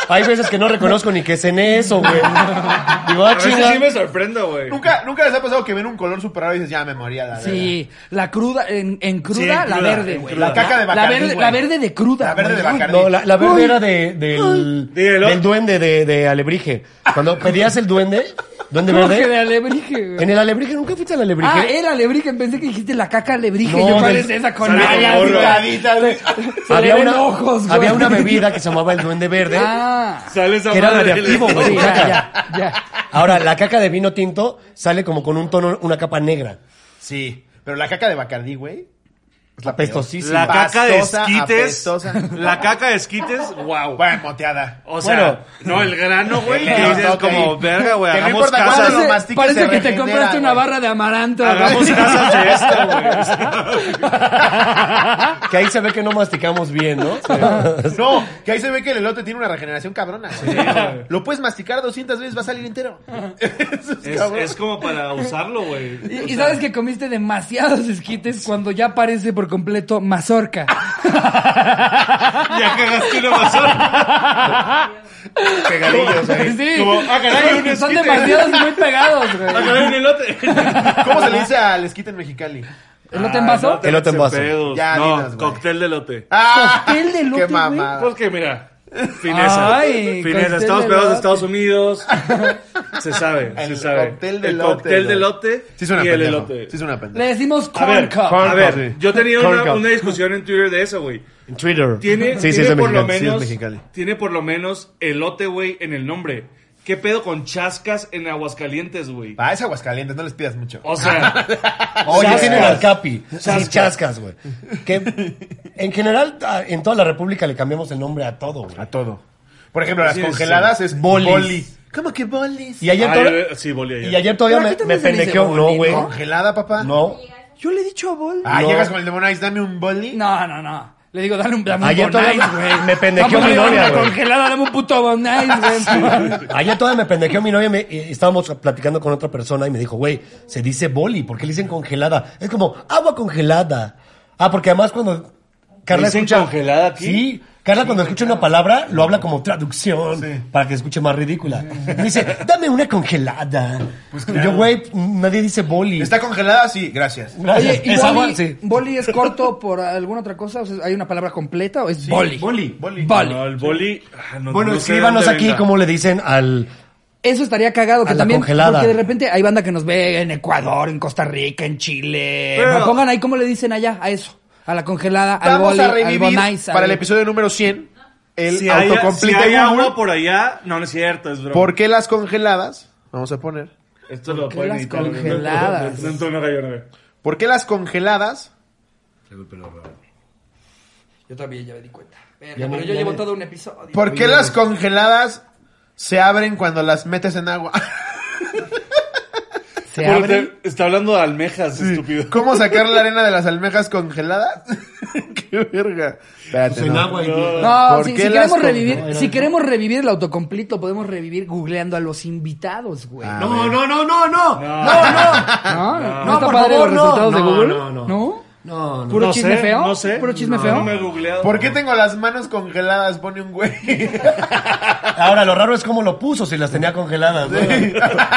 Speaker 4: Hay veces que no reconozco ni que cené eso, güey. Digo, ah,
Speaker 3: A veces
Speaker 4: chinga.
Speaker 3: sí me sorprendo, güey.
Speaker 1: ¿Nunca, ¿Nunca les ha pasado que ven un color super raro y dices, ya me moría la verga?
Speaker 2: Sí, la cruda, en, en cruda,
Speaker 3: Sí, en cruda,
Speaker 2: la verde,
Speaker 3: en
Speaker 2: güey.
Speaker 3: cruda.
Speaker 1: La caca de
Speaker 2: La
Speaker 1: Bacardí,
Speaker 2: verde,
Speaker 1: güey.
Speaker 2: la verde de cruda.
Speaker 1: La verde de
Speaker 2: güey.
Speaker 1: Bacardí.
Speaker 4: No, la, la verde
Speaker 2: Uy.
Speaker 4: era de, del,
Speaker 3: Dígelo.
Speaker 4: del duende de, de Alebrije. Cuando pedías el duende, duende
Speaker 2: ¿Cómo que de
Speaker 4: verde.
Speaker 2: alebrije, güey?
Speaker 4: En el Alebrije, ¿nunca fuiste al Alebrije?
Speaker 2: Ah, era alebrije, pensé que dijiste la caca alebrije.
Speaker 4: No,
Speaker 2: Yo
Speaker 4: del-
Speaker 2: cuál es esa con
Speaker 3: sale con
Speaker 2: alas,
Speaker 3: gorro.
Speaker 2: güey.
Speaker 1: Delgadita, güey.
Speaker 2: Se le ven ojos, güey.
Speaker 4: había una bebida que se llamaba el duende verde.
Speaker 2: Ah,
Speaker 3: Sale esa
Speaker 4: Que era
Speaker 3: madre.
Speaker 4: radiactivo, güey.
Speaker 2: sí, ya, ya, ya.
Speaker 4: Ahora, la caca de vino tinto sale como con un tono, una capa negra.
Speaker 1: Sí. Pero la caca de Bacardí, güey. Es la peor.
Speaker 4: Apestosísima.
Speaker 3: La caca de
Speaker 1: Pastosa,
Speaker 3: esquites.
Speaker 1: apestosa.
Speaker 3: La caca de esquites, wow.
Speaker 1: Bueno, moteada.
Speaker 3: O sea, no, el grano, güey, que dices
Speaker 1: Ok.
Speaker 3: como, verga, güey,
Speaker 1: Que no
Speaker 3: hagamos
Speaker 1: importa cuál es
Speaker 3: casas.
Speaker 1: el-
Speaker 2: Parece,
Speaker 1: mastica,
Speaker 2: parece
Speaker 1: se
Speaker 2: que te
Speaker 1: regenera,
Speaker 2: compraste una
Speaker 1: güey.
Speaker 2: barra de amaranto. güey.
Speaker 3: Hagamos casas de esto, güey. O sea,
Speaker 4: Que ahí se ve que no masticamos bien, ¿no?
Speaker 1: No, que ahí se ve que el elote tiene una regeneración cabrona. güey. Lo puedes masticar 200 veces, va a salir entero. Eso es
Speaker 3: Es,
Speaker 1: cabrón.
Speaker 3: es como para usarlo, güey.
Speaker 2: Y, y sabes que comiste demasiados esquites cuando ya parece por completo mazorca.
Speaker 3: Ya cagaste una basura.
Speaker 1: Pegadillos, güey.
Speaker 2: Sí.
Speaker 3: como, ah, caray, un
Speaker 2: Son
Speaker 3: esquite.
Speaker 2: demasiados muy pegados, güey.
Speaker 3: Acabé un elote.
Speaker 1: ¿Cómo se le dice al esquite en Mexicali?
Speaker 3: Ah,
Speaker 2: ¿Elote en vaso?
Speaker 4: te- Elote en vaso.
Speaker 3: Pedos.
Speaker 1: Ya,
Speaker 3: no,
Speaker 1: dinos, güey.
Speaker 3: cóctel de elote.
Speaker 1: ¡Ah!
Speaker 2: Cóctel de elote,
Speaker 1: ¡Qué
Speaker 2: güey.
Speaker 1: mamada!
Speaker 3: Pues que mira, fineza.
Speaker 2: Ay,
Speaker 3: fineza.
Speaker 2: cóctel
Speaker 3: Estamos
Speaker 2: de
Speaker 3: pegados de
Speaker 2: elote.
Speaker 3: Estados Unidos. Se sabe, se
Speaker 1: El
Speaker 3: sabe.
Speaker 1: cóctel de
Speaker 3: el
Speaker 1: elote,
Speaker 3: cóctel de
Speaker 1: güey.
Speaker 3: elote
Speaker 1: Sí suena
Speaker 3: y el
Speaker 1: pendejo.
Speaker 3: elote.
Speaker 1: Sí suena
Speaker 2: Le
Speaker 1: pendejo.
Speaker 2: decimos
Speaker 3: A
Speaker 2: corn
Speaker 3: ver,
Speaker 2: cup.
Speaker 1: corn
Speaker 3: a ver,
Speaker 1: sí.
Speaker 3: yo tenía
Speaker 4: Corn
Speaker 3: una,
Speaker 4: cup.
Speaker 3: una discusión en Twitter de eso, güey.
Speaker 4: En Twitter.
Speaker 3: Tiene,
Speaker 4: sí, sí,
Speaker 3: tiene
Speaker 4: es de
Speaker 3: por lo
Speaker 4: Mexicali.
Speaker 1: sí, es
Speaker 3: menos,
Speaker 1: Mexicali.
Speaker 3: tiene por lo menos elote, güey, en el nombre. ¿Qué pedo con chascas en Aguascalientes, güey?
Speaker 1: Ah, es Aguascalientes, no les pidas mucho.
Speaker 3: O sea,
Speaker 4: Oye,
Speaker 3: Chascas.
Speaker 4: tienen al Capi. Sí,
Speaker 3: Chascas.
Speaker 4: chascas, güey. ah, Que en general, a- en toda la República le cambiamos el nombre a todo, güey.
Speaker 1: A todo. Por ejemplo, las
Speaker 3: Sí,
Speaker 1: congeladas
Speaker 4: sí.
Speaker 1: es
Speaker 4: Bolis.
Speaker 1: boli. ¿Cómo que bolis?
Speaker 4: Y ayer,
Speaker 3: Ah,
Speaker 4: toda-
Speaker 3: eh, sí, volé ayer.
Speaker 4: y ayer todavía
Speaker 2: Pero
Speaker 4: me,
Speaker 2: aquí
Speaker 4: me
Speaker 2: también se dice
Speaker 4: pendejeó. No,
Speaker 2: boli,
Speaker 4: güey.
Speaker 2: ¿no?
Speaker 1: ¿Congelada, papá?
Speaker 4: No.
Speaker 2: Yo le he dicho a Bol.
Speaker 1: Ah,
Speaker 4: No.
Speaker 1: llegas con el Demon Ice, dame un boli.
Speaker 2: No, no, no. Le digo, dale un, dame un
Speaker 4: Ayer
Speaker 2: Bon Ice,
Speaker 4: todavía
Speaker 2: güey.
Speaker 4: me pendejeó
Speaker 2: Vamos,
Speaker 4: mi
Speaker 2: le digo,
Speaker 4: novia,
Speaker 2: una
Speaker 4: güey.
Speaker 2: congelada, dame un puto Bon Ice, güey.
Speaker 4: Ayer todavía me pendejeó mi novia y, me- y estábamos platicando con otra persona y me dijo, güey, se dice boli, ¿por qué le dicen congelada? Es como agua congelada. Ah, porque además cuando Carla
Speaker 5: ¿Dicen
Speaker 4: escucha
Speaker 5: congelada aquí?
Speaker 4: Sí, Carla cuando escucha una palabra lo habla como traducción para que escuche más ridícula. Me dice, "Dame una congelada." Yo, güey, nadie dice boli.
Speaker 1: ¿Está congelada? Sí, gracias.
Speaker 4: Gracias.
Speaker 2: Oye, ¿y
Speaker 4: es
Speaker 2: boli,
Speaker 4: agua, sí.
Speaker 2: boli es corto por alguna otra cosa? O sea, ¿Hay una palabra completa o es boli?
Speaker 4: Boli.
Speaker 1: Boli.
Speaker 2: Boli.
Speaker 3: No, el boli. ah, no-
Speaker 4: Bueno,
Speaker 3: no sé de
Speaker 4: escríbanos
Speaker 3: dónde
Speaker 4: aquí
Speaker 3: venga.
Speaker 4: cómo le dicen al
Speaker 2: Eso estaría cagado
Speaker 4: A
Speaker 2: que
Speaker 4: la
Speaker 2: también
Speaker 4: congelada.
Speaker 2: porque de repente hay banda que nos ve en Ecuador, en Costa Rica, en Chile.
Speaker 3: Pero-
Speaker 2: Pongan ahí cómo le dicen allá a eso, a la congelada, al
Speaker 1: Vamos
Speaker 2: boli,
Speaker 1: a
Speaker 2: al
Speaker 1: revivir
Speaker 2: bonais,
Speaker 1: para
Speaker 2: al-
Speaker 1: el episodio número 100 el
Speaker 3: Si hay, si
Speaker 1: autocomplete
Speaker 3: hay
Speaker 1: Google.
Speaker 3: agua por allá, no, no es cierto, es broma.
Speaker 1: ¿Por qué las congeladas? Vamos a poner.
Speaker 3: Esto lo
Speaker 2: qué
Speaker 3: pueden
Speaker 2: las
Speaker 3: editar, güey?
Speaker 2: congeladas?
Speaker 3: No, no, no, no, no, no.
Speaker 1: ¿Por qué las congeladas?
Speaker 2: Yo también ya me di cuenta. Verga,
Speaker 4: Ya me-
Speaker 2: pero yo
Speaker 4: ya
Speaker 2: llevo
Speaker 4: me-
Speaker 2: todo un episodio.
Speaker 1: ¿Por qué las congeladas se abren cuando las metes en agua?
Speaker 2: Se
Speaker 5: Bueno,
Speaker 2: abre.
Speaker 5: te- está hablando de almejas, estúpido.
Speaker 1: ¿Cómo sacar la arena de las almejas congeladas? ¡Qué verga! Pues Espérate,
Speaker 4: en
Speaker 1: no.
Speaker 4: agua y
Speaker 2: No,
Speaker 1: ¿por
Speaker 2: si,
Speaker 1: qué
Speaker 2: si
Speaker 1: las
Speaker 2: queremos
Speaker 1: con-
Speaker 2: revivir,
Speaker 4: No, era-
Speaker 2: si queremos revivir el autocomplete, lo podemos revivir googleando a los invitados, güey.
Speaker 1: Ah.
Speaker 4: No, no, no, no, no.
Speaker 2: ¿No? ¿No,
Speaker 4: No,
Speaker 2: está
Speaker 4: por
Speaker 2: padre
Speaker 4: favor,
Speaker 2: los resultados
Speaker 4: no.
Speaker 2: de
Speaker 4: No,
Speaker 2: Google?
Speaker 4: no, no. No, no.
Speaker 2: ¿Puro
Speaker 3: No
Speaker 2: chisme
Speaker 3: sé,
Speaker 2: feo?
Speaker 3: No sé.
Speaker 2: ¿Puro chisme
Speaker 3: No,
Speaker 2: feo?
Speaker 3: No me he googleado.
Speaker 1: ¿Por qué tengo las manos congeladas? Pone un güey.
Speaker 4: Ahora lo raro es cómo lo puso si las tenía congeladas. ¿no?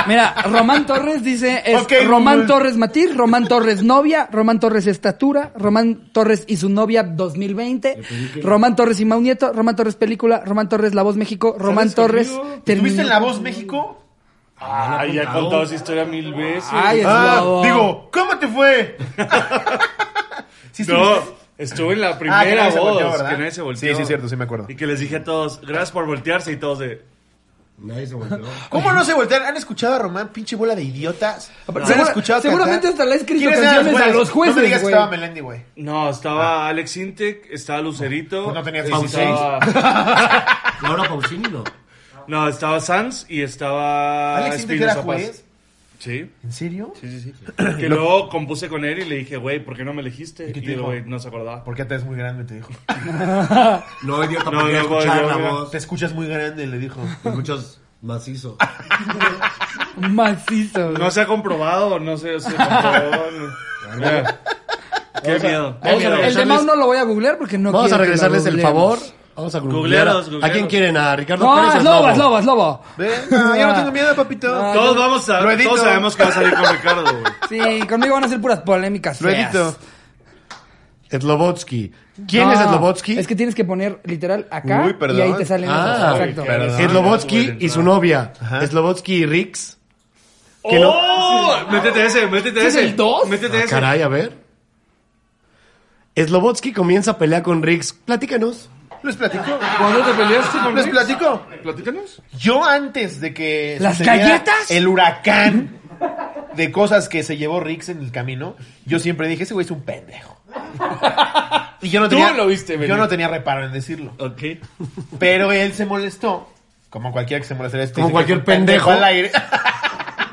Speaker 2: Mira, Román Torres dice, es
Speaker 1: Ok,
Speaker 2: Román
Speaker 1: Google.
Speaker 2: Torres Matiz, Román Torres novia, Román Torres estatura, Román Torres y su novia 2020, Román Torres y Mau Nieto, Román Torres película, Román Torres La Voz México, Román Torres
Speaker 1: ¿Tuviste en
Speaker 2: terminó-
Speaker 1: La Voz México?
Speaker 3: Ah, ya he contado esa historia mil veces.
Speaker 2: Ay, es
Speaker 1: Ah,
Speaker 2: lobo.
Speaker 1: digo, ¿cómo te fue? ¿Sí
Speaker 3: no,
Speaker 1: estuviste?
Speaker 3: estuve en la
Speaker 1: Ah, que
Speaker 3: primera
Speaker 1: nadie se
Speaker 3: voz.
Speaker 1: volteó, ¿verdad?
Speaker 3: que nadie se
Speaker 1: Sí,
Speaker 3: volteó.
Speaker 1: sí, cierto, sí me acuerdo.
Speaker 3: Y que les dije a todos, gracias por voltearse y todos de...
Speaker 4: Nadie se volteó.
Speaker 1: ¿Cómo no se voltean? ¿Han escuchado a Román, pinche bola de idiotas?
Speaker 2: Aparte,
Speaker 1: ¿Se han
Speaker 2: segura-
Speaker 1: escuchado
Speaker 2: seguramente
Speaker 1: cantar?
Speaker 2: hasta le ha escrito
Speaker 1: ¿Quiénes eran
Speaker 2: canciones a los jueces,
Speaker 1: No me digas
Speaker 2: güey.
Speaker 1: que estaba Melendi, güey.
Speaker 3: No, estaba Alex Intec, estaba Lucerito.
Speaker 1: Pues no tenía
Speaker 3: estaba-
Speaker 1: 16.
Speaker 4: Laura Pausini no.
Speaker 3: No, estaba Sanz y
Speaker 2: Ah,
Speaker 3: estaba
Speaker 1: ¿Alex
Speaker 2: este
Speaker 1: Intec
Speaker 3: Espinoza
Speaker 1: era
Speaker 3: Paz.
Speaker 1: juez?
Speaker 3: Sí,
Speaker 1: ¿En serio?
Speaker 3: sí, sí. sí. Que luego compuse con él y le dije, güey, ¿por qué no me elegiste? Y el güey no se acordaba.
Speaker 1: Porque te ves muy grande, te dijo.
Speaker 4: No, idiota,
Speaker 3: No,
Speaker 4: no,
Speaker 3: no,
Speaker 4: escuchar
Speaker 3: no,
Speaker 4: la
Speaker 3: no.
Speaker 4: voz.
Speaker 1: Te escuchas muy grande, le dijo.
Speaker 4: Escuchas macizo.
Speaker 2: Macizo.
Speaker 3: No se ha comprobado, no sé, se comprobó. no. Mira, qué miedo.
Speaker 4: vamos a
Speaker 2: el de
Speaker 4: regresarles-
Speaker 2: Mau no lo voy a googlear porque no
Speaker 4: Vamos
Speaker 2: quiero
Speaker 4: a
Speaker 2: que lo
Speaker 4: regresarles el favor.
Speaker 2: googleemos.
Speaker 4: Vamos a
Speaker 3: Googlearos,
Speaker 4: googlear. ¿A
Speaker 3: googlearos.
Speaker 4: quién quieren? ¿A Ricardo
Speaker 2: No,
Speaker 4: Pérez? o
Speaker 2: es
Speaker 4: al
Speaker 2: lobo,
Speaker 4: Lobo?
Speaker 2: es lobo, es lobo.
Speaker 1: Ven, no, yo no tengo miedo, papito.
Speaker 3: Todos vamos a...
Speaker 1: Lo edito.
Speaker 3: Todos sabemos que va a salir con Ricardo, güey.
Speaker 2: Sí, conmigo van a ser puras polémicas.
Speaker 1: Lo
Speaker 2: feas.
Speaker 1: edito.
Speaker 4: Slobotsky. ¿Quién
Speaker 2: No,
Speaker 4: es Slobotsky?
Speaker 2: Es que tienes que poner literal acá
Speaker 1: Uy, perdón.
Speaker 2: y ahí te salen
Speaker 4: Ah,
Speaker 2: esas. Exacto.
Speaker 1: perdón.
Speaker 4: Slobotsky y su novia.
Speaker 1: Ajá.
Speaker 4: Slobotsky y Rix. Que no-
Speaker 3: ¡Oh! Métete ese, métete
Speaker 2: ¿Es
Speaker 3: ese.
Speaker 2: el dos?
Speaker 3: Métete
Speaker 4: Ah,
Speaker 3: ese.
Speaker 4: caray, a ver. Slobotsky comienza a pelear con Rix. Platícanos.
Speaker 1: ¿Les platico?
Speaker 3: ¿Cuándo te peleaste con
Speaker 1: ¿Les
Speaker 3: Rix?
Speaker 1: platico?
Speaker 3: Platícanos.
Speaker 1: Yo antes de que
Speaker 2: ¿Las
Speaker 1: sucediera
Speaker 2: galletas?
Speaker 1: el huracán de cosas que se llevó Rix en el camino, yo siempre dije, ese güey es un pendejo. Y yo no
Speaker 3: Tú
Speaker 1: tenía,
Speaker 3: lo viste venir.
Speaker 1: yo no tenía reparo en decirlo.
Speaker 3: Ok.
Speaker 1: Pero él se molestó, como cualquiera que se molestaría. este,
Speaker 4: Como
Speaker 1: dice
Speaker 4: cualquier
Speaker 1: que es un
Speaker 4: pendejo.
Speaker 1: al aire.